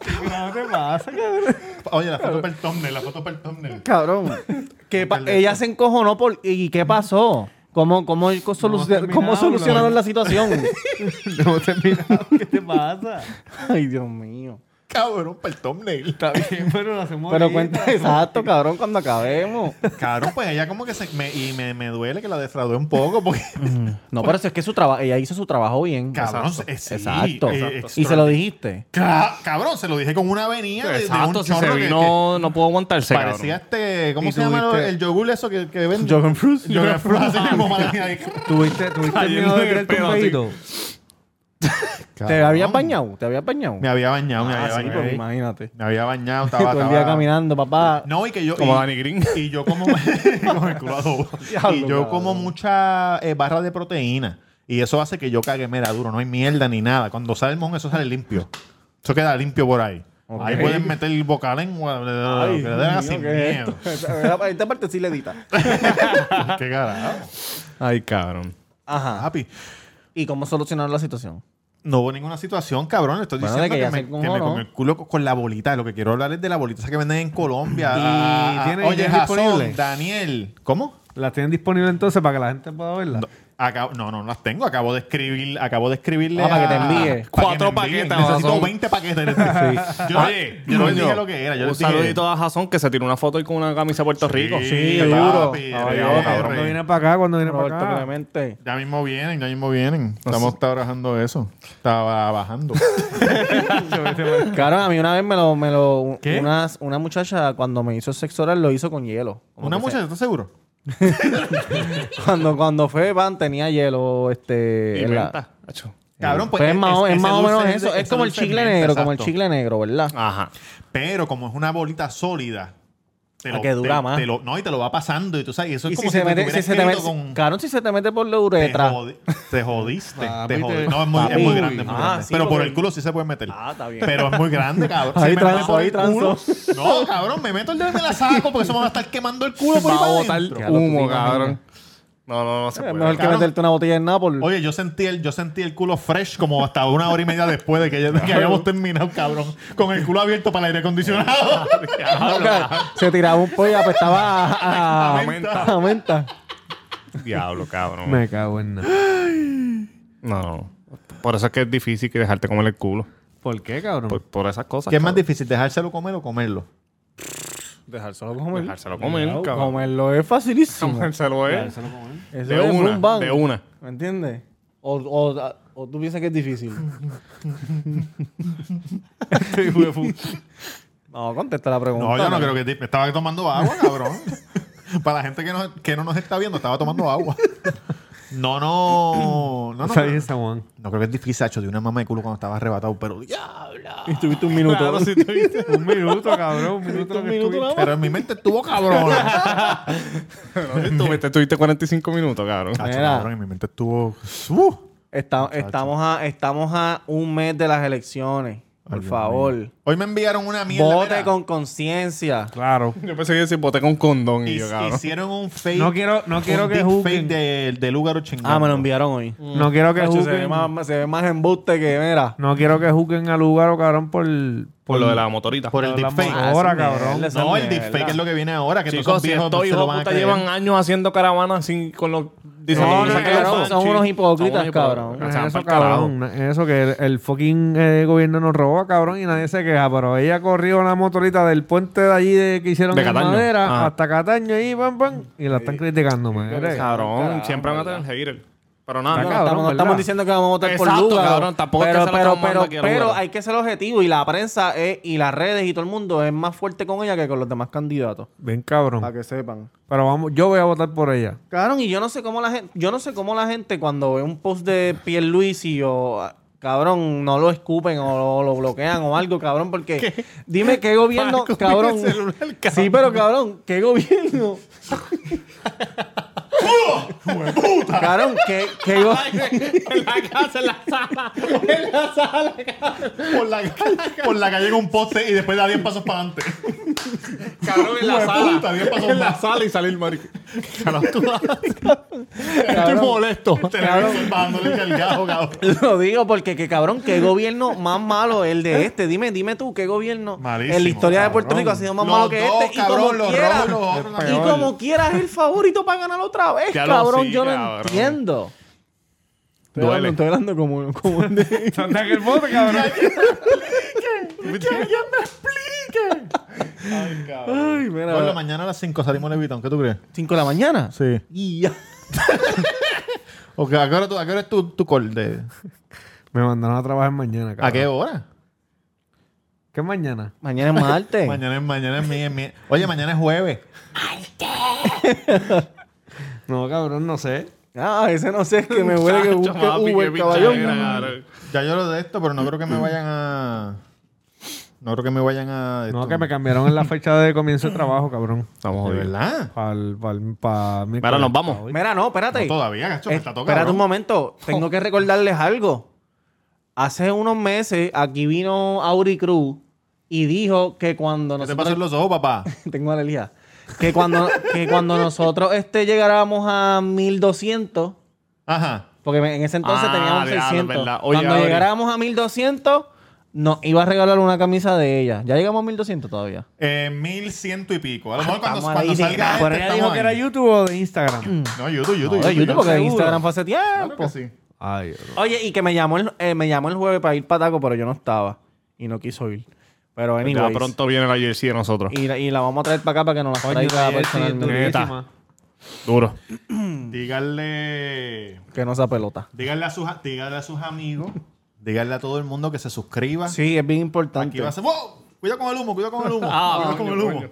¿Qué carajo te pasa, cabrón? Oye, la foto para el thumbnail, la foto para el thumbnail. Cabrón. Que pa- ella se encojonó por... ¿Y qué pasó? ¿Cómo, cómo, solu- terminado, cómo solucionaron bro. la situación? No terminado. ¿Qué te pasa? Ay, Dios mío. Cabrón, para el thumbnail. Está bien, pero lo hacemos. Pero ahorita. cuenta exacto, cabrón, cuando acabemos. Cabrón, pues ella como que se... me- y me, me duele que la defraudé un poco porque... No, pero si es que su trabajo, ella hizo su trabajo bien. Cabrón, exacto. eh, sí, exacto. eh, y se lo dijiste. Ca- cabrón, se lo dije con una avenida de- de, Exacto, un si se chorro que- vino, no pudo aguantarse, que cabrón. parecía este... ¿Cómo Y se llama lo- tuviste- el yogur eso que, que vende? Jogan Fruits. Yogur fruit, así mismo, madre mía, ahí. ¿Tuviste, tuviste miedo Cayendo de en el creerte pelo, un así. peito? Te había bañado, te había bañado. Me había bañado, me había Sí, bañado. pues, imagínate. Me había bañado, Todo estaba... el día estaba- caminando, papá. No, y que yo... Como y- Danny Green. Y yo como... con el culo adobo. Diablo, Y yo como cabrón. mucha eh, barra de proteína. Y eso hace que yo cague mera duro. No hay mierda ni nada. Cuando sale el mojón, eso sale limpio. Eso queda limpio por ahí. Ahí pueden meter el bocal en... Ay, que le Dios den mío, sin ¿qué es miedo. esto? Esta esta parte sí le edita. Qué carajo. Ay, cabrón. Ajá. Papi, ¿Y cómo solucionaron la situación? no hubo ninguna situación, cabrón. Le Estoy Bueno, diciendo de que, que ya me, se que encojonó. me comió el culo co- con la bolita. Lo que quiero hablar es de la bolita esa que venden en Colombia. Y Ah, ah, tiene- oye, tiene Jason, disponible. Daniel. ¿Cómo? ¿Las tienen disponibles entonces para que la gente pueda verlas? Acabo- no, no, no las tengo. Acabo de escribir, acabo de escribirle. Ah, para que te a- envíe. para que Cuatro me envíe. paquetes, Necesito Amazon. 20 paquetes. este. Yo, Ah, Oye, yo no les dije lo que era. Yo un les dije- saludito a Jason que se tiró una foto ahí con una camisa de Puerto Rico. Sí, duro. Ay, papi, regalo, Dios, cabrón. Cuando Ah, viene para acá, cuando viene Roberto para acá. Clemente. Ya mismo vienen, ya mismo vienen. Estamos trabajando eso. Trabajando. Claro, a mí una vez me lo... Me lo ¿Qué? Una, una muchacha cuando me hizo sexo oral lo hizo con hielo. Como Una que se- muchacha, ¿estás seguro? Cuando, cuando fue van tenía hielo este, Y en la- venta, hacho. Cabrón, Pues es más, o- es ese más o dulce menos eso. de- Es ese como el dulce chicle es menta, negro, como el exacto. chicle negro, ¿verdad? Ah, Ajá. Pero como es una bolita sólida, te Ah, que dura te- más. te lo- no, y te lo va pasando. Y tú sabes, y eso es Y como si si, se te mete, tuviera si se te mete, escrito con- claro, si se te mete por la Te, uretra. jodi- te jodiste. Papi, te te- jodiste. No, es muy, es papi. muy grande. es muy Ah, grande. sí, pero por porque- el culo sí se puede meter. Ah, está bien. Pero es muy grande, cabrón. Ahí Si me meto transo, por el ahí transo. culo- No, cabrón, me meto el dedo y me la saco porque eso me va a estar quemando el culo por ahí Va a para botar adentro. humo, cabrón. Eh, No, no, no se es puede. mejor que cabrón. meterte una botella en Nápoles. pues. Oye, yo sentí, el, yo sentí el culo fresh como hasta una hora y media después de que, ya- que habíamos terminado, cabrón. Con el culo abierto para el aire acondicionado. se tiraba un pollo y apestaba a, a- A menta. a menta. Diablo, cabrón. Me cago en nada. No, no. Por eso es que es difícil que dejarte comer el culo. ¿Por qué, cabrón? Por, por esas cosas. ¿Qué es más cabrón. difícil, dejárselo comer o comerlo? Dejárselo comer. Dejárselo comer, cabrón. Comerlo es facilísimo. Comérselo, eh. Eso De es una, un bang. de una. ¿Me entiendes? O, o, o tú piensas que es difícil. no, contesta la pregunta. No, yo no creo que te- me estaba tomando agua, cabrón. Para la gente que no, que no nos está viendo, estaba tomando agua. No, no. No, no, Está creo- bien, San Juan. no creo que es difícil, hecho de una mama de culo cuando estaba arrebatado, pero diabla. Y tuviste un minuto. Un minuto, cabrón. Un minuto lo un minuto que estuviste. nada más. Pero en mi mente estuvo cabrón. Estuviste, estuviste 45 minutos, cabrón. Tacho, Mira. cabrón, en mi mente estuvo. Uh. Está- estamos, a, estamos a un mes de las elecciones. Por favor. Hoy me enviaron una mierda. Vote mira, con conciencia. Claro. Yo pensé que decir, boté con condón y his- yo, cabrón. Hicieron un fake. No quiero, no quiero un que deep juzguen. fake de, de Lugaro chingando. Ah, me lo enviaron hoy. No quiero que Cacho, se, ve juzguen. más, se ve más embuste que, mira. No quiero que juzguen a Lugaro, cabrón, por, por, Por lo de la motorita. Por el la deepfake. motora, Ah, sí, cabrón. mierda, esa No, el mierda. deepfake es lo que viene ahora. Que todos Chicos, esos si viejos estos se lo hijos van de a puta creer. llevan años haciendo caravanas sin, con los diseños. no, Sacan no, los no, son panchis. unos hipócritas, cabrón. No O es sea, eso, pa'l carajo. cabrón. No es Eso que el, el fucking eh, gobierno nos roba, cabrón, y nadie se queja. Pero ella corrió la motorita del puente de allí de, que hicieron De en Cataño. Ah. madera Ajá. hasta Cataño y pam, pam. Y la están criticando, madre. Cabrón, siempre van a tener haters. Pero No, no nada. cabrón, estamos, no ¿verdad? estamos diciendo que vamos a votar por Exacto, Lugaro. cabrón, tampoco es pero, que se la pero, estamos pero, mandando aquí a pero Lugaro. hay que ser objetivo y la prensa es- y las redes y todo el mundo es más fuerte con ella que con los demás candidatos. Bien cabrón. Para que sepan. Pero vamos, yo voy a votar por ella. Cabrón, y yo no sé cómo la gente, yo no sé cómo la gente cuando ve un post de Pierluisi o ah, cabrón, no lo escupen o lo, lo bloquean o algo, cabrón, porque dime qué gobierno, Marco, cabrón, mira el celular, Sí, cabrón. pero cabrón, qué gobierno. cabrón, qué, qué go- En la casa, en la sala. Por la, por la calle con un poste y después da 10 pasos para adelante. Cabrón, en la sala. puta, diez pasos en la más. sala y salir, marico. Cabrón, tú- Estoy Cabrón. molesto. Televisor bajándole el cargajo, cabrón. Lo digo porque que cabrón, qué gobierno más malo el ¿Eh? de este. Dime, dime tú, qué gobierno Malísimo, en la historia de cabrón. Puerto Rico ha sido más Los malo que dos, este. cabrón, y como los quiera, rojos y los otros, y peor. como quiera es el favorito para ganar otra vez, Ya lo cabrón. sí, yo no cabrón. entiendo. Estoy Duele. hablando- Estoy hablando como, como un de- el voto, cabrón. Ay, mira. Por la mañana a las 5 salimos levitón. ¿Qué tú crees? ¿Cinco de la mañana? Sí. Y ya. Ok, ¿a qué hora, tú- a qué hora es tu, tu call? De, Me mandaron a trabajar mañana, cabrón. ¿A qué hora? ¿Qué mañana? Mañana es martes. Mañana es, mañana es mi, es mi- Oye, mañana es jueves. No, cabrón, no sé. Ah, ese no sé, es que me huele que Chacho, busque papi, qué Uber, pinche negra, caballón. cabrón. Ya yo lo de esto, pero no creo Mm. que me vayan a. No creo que me vayan a. No, esto. que me cambiaron en la fecha de comienzo de trabajo, cabrón. Estamos ¿De verdad? Pa'l- pa'l- pa' miércoles. Ahora nos vamos. Mira, no, espérate. No, todavía, cacho, me está tocando. Espérate un momento, tengo que recordarles algo. Hace unos meses aquí vino Auri Cruz y dijo que cuando No te nosotros pases los ojos, papá. tengo alergia, que cuando que cuando nosotros este llegáramos a 1200, Ajá. porque en ese entonces Ah, teníamos diablo, 600. verdad. Oye, cuando Auri. llegáramos a 1200 nos iba a regalar una camisa de ella. Ya llegamos a 1200 todavía. Eh, mil ciento y pico. A lo mejor cuando, Estamos cuando ahí de salga. nada. este, Pero ella dijo estamos que era ahí. YouTube o de Instagram. No, YouTube, YouTube. Oye, YouTube, porque seguro. Instagram fue hace Claro tiempo. que sí. Ay, Dios. Oye, y que me llamó el, eh, me llamó el jueves para ir para Taco, pero yo no estaba. Y no quiso ir. Pero Ya anyways. pronto viene la jersey de nosotros. Y, la- y la vamos a traer para acá para que nos la Coño, traiga ayer sí, personalmente. durísima. Duro. Mm. Díganle. Que no sea pelota. Díganle a sus, díganle a sus amigos. Díganle a todo el mundo que se suscriba. Sí, es bien importante. Aquí va a ser. ¡Wow! Cuidado con el humo, cuidado con el humo. cuidado con el humo.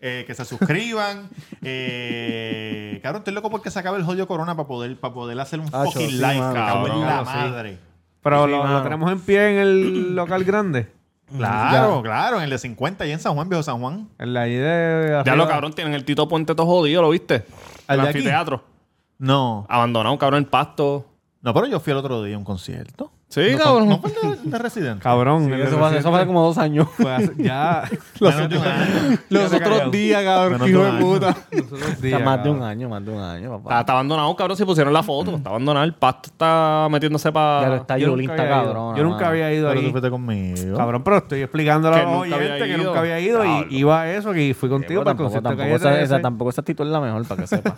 Eh, que se suscriban. eh, cabrón, estoy loco porque se acabe el jodido corona para poder, para poder hacer un Acho, fucking sí, live, mano, cabrón. cabrón, la sí. madre. Pero Sí, lo, lo mano. tenemos en pie en el local grande. Claro, claro. En el de 50 y en San Juan, viejo San Juan. En la I de arriba. Ya lo cabrón, tienen el Tito Puente todo jodido, ¿lo viste? ¿Al El de aquí? anfiteatro. No. Abandonado, cabrón, el pasto. No, pero yo fui el otro día a un concierto. Sí, No, cabrón. No fue el de, de Residente. Cabrón. Sí, el eso, de fue, eso fue hace reciente. como dos años. Fue hace- ya. Menos de un año. Los otros días, Menos de un año. Los otros O sea, días. más de un cabrón. año, más de un año, Está, papá. está abandonado, cabrón, si pusieron la foto. Está abandonado, el pasto está metiéndose Ya lo para... está Yo Yulín, está nunca había ido. cabrón. Yo nunca había ido Pero tú ahí. fuiste conmigo. Cabrón, pero estoy explicándole Que a los nunca había oyentes que ido. nunca había ido Diablo. y iba a eso, que fui contigo para el tampoco, concierto de tampoco, Calle esa, 13. esa- tampoco esa actitud es la mejor, para que sepa.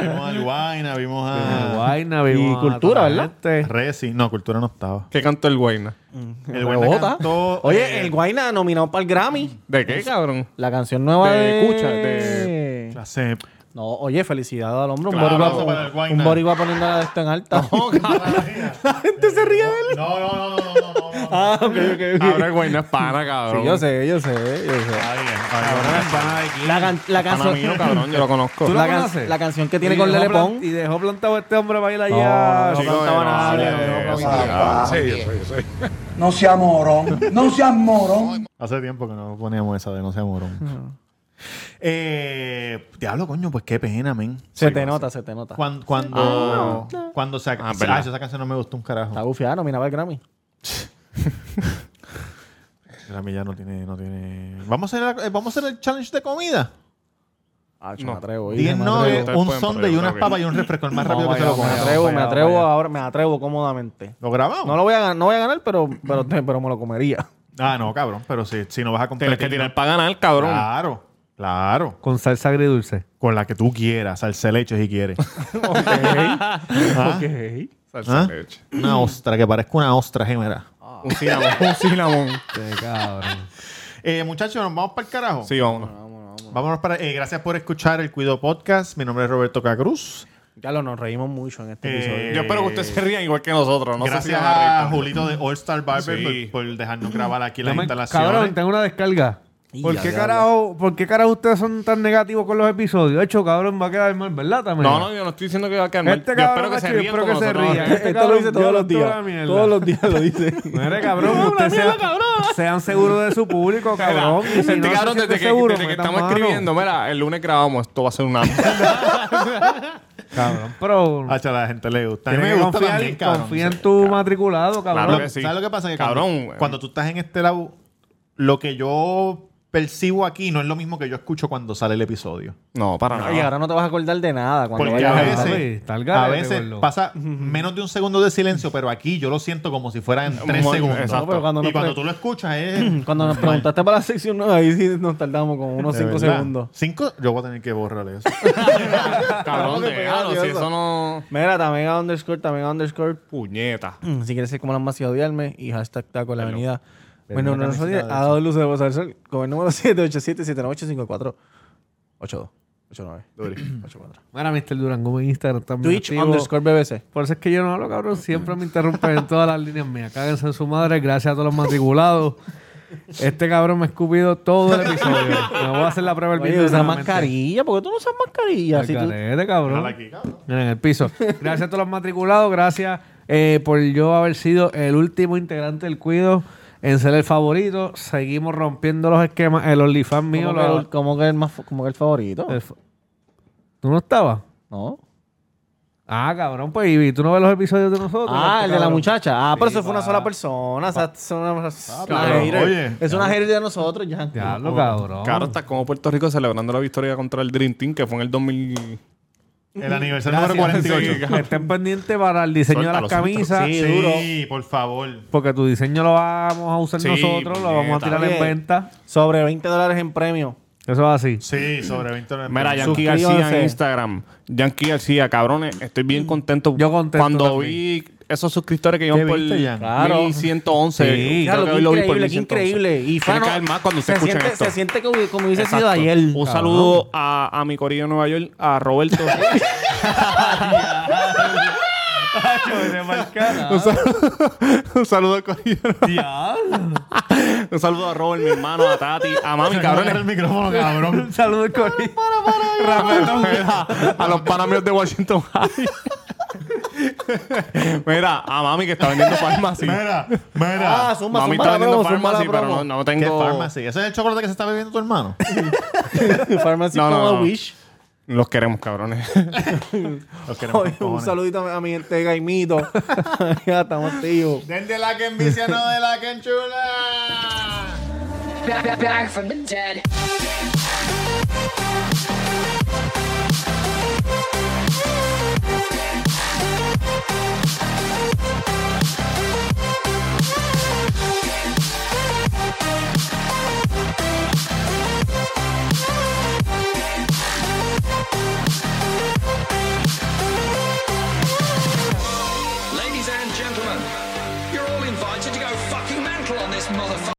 Vimos a Guayna, vimos Vimos a. Guayna, vimos a cultura, toda la ¿verdad? gente. Resi. No, cultura no estaba. ¿Qué cantó el Guayna? El Pero Guayna bota. cantó, Oye, eh, el Guayna nominado para el Grammy. ¿De qué, cabrón? La canción nueva de... De Cucha, de- la CEP. No, oye, felicidad al hombre. Un Claro, aplauso para el boricua, Guayna. un boricua poniéndola de esto en alta. la gente se ríe de él. No, no, no, no, no, no, no. Ah, ok, ok, ok. Ahora el Guayna es pana, Sí, cabrón. yo sé, yo sé, yo sé. Está bien, cabrón, es pana de aquí. La, can- la Pana canción. mío, cabrón, yo lo conozco. ¿Tú lo La, can- conoces? la canción que tiene Y con dejó Lele plan- Pon. Y dejó plantado a este hombre para ir allá. no, Sí, no, Chicos, cantaba nada, hable no, de no, eso, no, cabrón. No seas morón, no seas morón. Hace tiempo que no poníamos esa de no sea morón. Eh, diablo, coño, pues qué pena, men. Se te nota, se te nota. Cuando, cuando, cuando se, Ah, se- verdad. ah, esa canción no me gustó un carajo. Está bufiada, nominaba el Grammy. Rami ya no tiene, no tiene. Vamos a hacer, la- eh, vamos a hacer el challenge de comida. Ah, No. me atrevo. 10 me no, atrevo. eh, Ustedes un pueden sonde y poner, unas ok. papas y un refresco. El más rápido que se lo me coma. atrevo, me vaya, atrevo vaya. ahora, me atrevo cómodamente. ¿Lo grabamos? No lo voy a ganar, no voy a ganar, pero, pero, pero me lo comería. Ah, no, cabrón. Pero si, si no vas a comprar. Tienes que tirar para ganar, cabrón. Claro, claro. Con salsa agridulce. Con la que tú quieras, salsa de leche si quieres. Salsa ¿Ah? de leche. Una ostra, que parezca una ostra gemera. Un cinnamon. un cinnamon. Qué cabrón. Eh, muchachos, nos vamos para el carajo. Sí, vámonos. Vámonos para. eh, gracias por escuchar el Cuido Podcast. Mi nombre es Roberto Cacruz. Ya lo nos reímos mucho en este Eh, episodio. Yo espero que ustedes se rían igual que nosotros. No sé si gracias van a a reír también. Julito de All Star Barber Sí. por, por dejarnos grabar aquí las Llama- instalaciones. Cabrón, tengo una descarga. ¿Por Ya, qué, ya, carajo, ¿Por qué carajo ustedes son tan negativos con los episodios? De hecho, cabrón, va a quedar mal, ¿verdad? También? No, no, yo no estoy diciendo que va a caer mal. Este yo cabrón, espero que se macho, yo espero rían. como que se nosotros. rían. Este Esto lo dice cabrón, todos yo los no toda días. mierda. Todos los días lo dice. No eres cabrón, ustedes sean, sean seguros de su público, cabrón. Y si Este no se cabrón, desde siente que, seguro, desde que metan estamos mano. escribiendo, mira, el lunes grabamos, esto va a ser una. Cabrón, pero Hacha, a la gente le gusta. A mí tienes me que gusta confiar, también, cabrón. confía en tu matriculado, cabrón. Claro que sí. ¿Sabes lo que pasa? Que Cabrón, Cuando, güey. cuando tú estás en este lado, lo que yo percibo aquí no es lo mismo que yo escucho cuando sale el episodio. No, para No, y ahora no te vas a acordar de nada cuando Porque a vayas a veces- grabar. Papi, está al a garete, veces gordo. pasa menos de un segundo de silencio, pero aquí yo lo siento como si fuera en tres Muy- segundos. exacto. No, pero cuando y nos cuando pre- tú lo escuchas es... Cuando nos preguntaste para la sección nueva, ahí sí nos tardamos como unos de 5 verdad. segundos. ¿Cinco? Yo voy a tener que borrar eso. Estamos Cabrón, déjalo, pegados, si eso no. Mira, también a underscore, también a underscore. Puñeta. Si quieres ser como las más y odiarme, y hashtag taco en la avenida. Bueno, no nos camiseta odia. de A dos luces de pasar el sol. Con el número 787-798-54. 82. 89. 84. Mira, Mr. Durango en Instagram también. Twitch activo. underscore BBC. Por eso es que yo no hablo, cabrón. Siempre me interrumpen en todas las líneas mías. Cáguense en su madre. Gracias a todos los matriculados. Este cabrón me ha escupido todo el episodio. Me voy a hacer la prueba el Oye, video. usa nuevamente. mascarilla. ¿Por qué tú no usas mascarilla? Al Si tú- garete, cabrón. Déjala aquí, cabrón. Mira, en el piso. Gracias a todos los matriculados. Gracias eh, por yo haber sido el último integrante del Cuido en ser el favorito. Seguimos rompiendo los esquemas. El OnlyFans mío. ¿Cómo que, lo- el, cómo que el más, fo- cómo que el favorito? el fa- ¿Tú no estabas? ¿No? Ah, cabrón, pues, ¿y tú no ves los episodios de nosotros? Ah, el de la cabrón? muchacha. Ah, pero eso fue una pa. sola persona. O sea, es Ah, una, cabrón, hater. oye. es una hater de nosotros, ya. Diablo, cabrón. Cabrón, está como Puerto Rico celebrando la victoria contra el Dream Team, que fue en el 2000. El aniversario número 48. Estén pendientes para el diseño de Suéltalo, las camisas. Sí, Sí, duro. por favor. Porque tu diseño lo vamos a usar Sí, nosotros, lo vamos a puñeta. tirar en Oye. venta. Sobre 20 dólares en premio. Eso es así. Sí, sobre 20 dólares. Mira, Yankee Suscríbanse. García en Instagram. Yankee García, cabrones, estoy bien contento. Yo contento Cuando también. vi esos suscriptores que iban ¿Qué por viste, Jan? Claro. 1111. Sí. creo Claro, que qué hoy lo vi por increíble, qué 1111. increíble. Y Tiene Fano, que caer más cuando se usted escucha siente, esto. Se siente como, como hubiese sido Exacto. ayer. Un saludo a, a mi corrido de Nueva York, a Roberto. un, saludo, un saludo al corrido. de Nueva York. un saludo a Robert, mi hermano, a Tati, a mami, Cabrón, cabrones. el micrófono, cabrón. Saludos, Cori. Mira, a los panamios de Washington High. Mira, a mami que está vendiendo farmacy. Mira, mira. Ah, zumba, Mami zumba está la vendiendo promo, zumba farmacy, la pero promo. no, no ¿Qué tengo. pharmacy? ¿Ese es el chocolate que se está bebiendo tu hermano? Pharmacy No, no, como no. Wish. Los queremos, cabrones. Los queremos Oye, un con cojones. saludito a mi gente de Gaimito. ya estamos tíos. Del de la que envicia, no de la que enchula. Back, back, back from the dead. Ladies and gentlemen, you're all invited to go fucking mental on this motherfucker.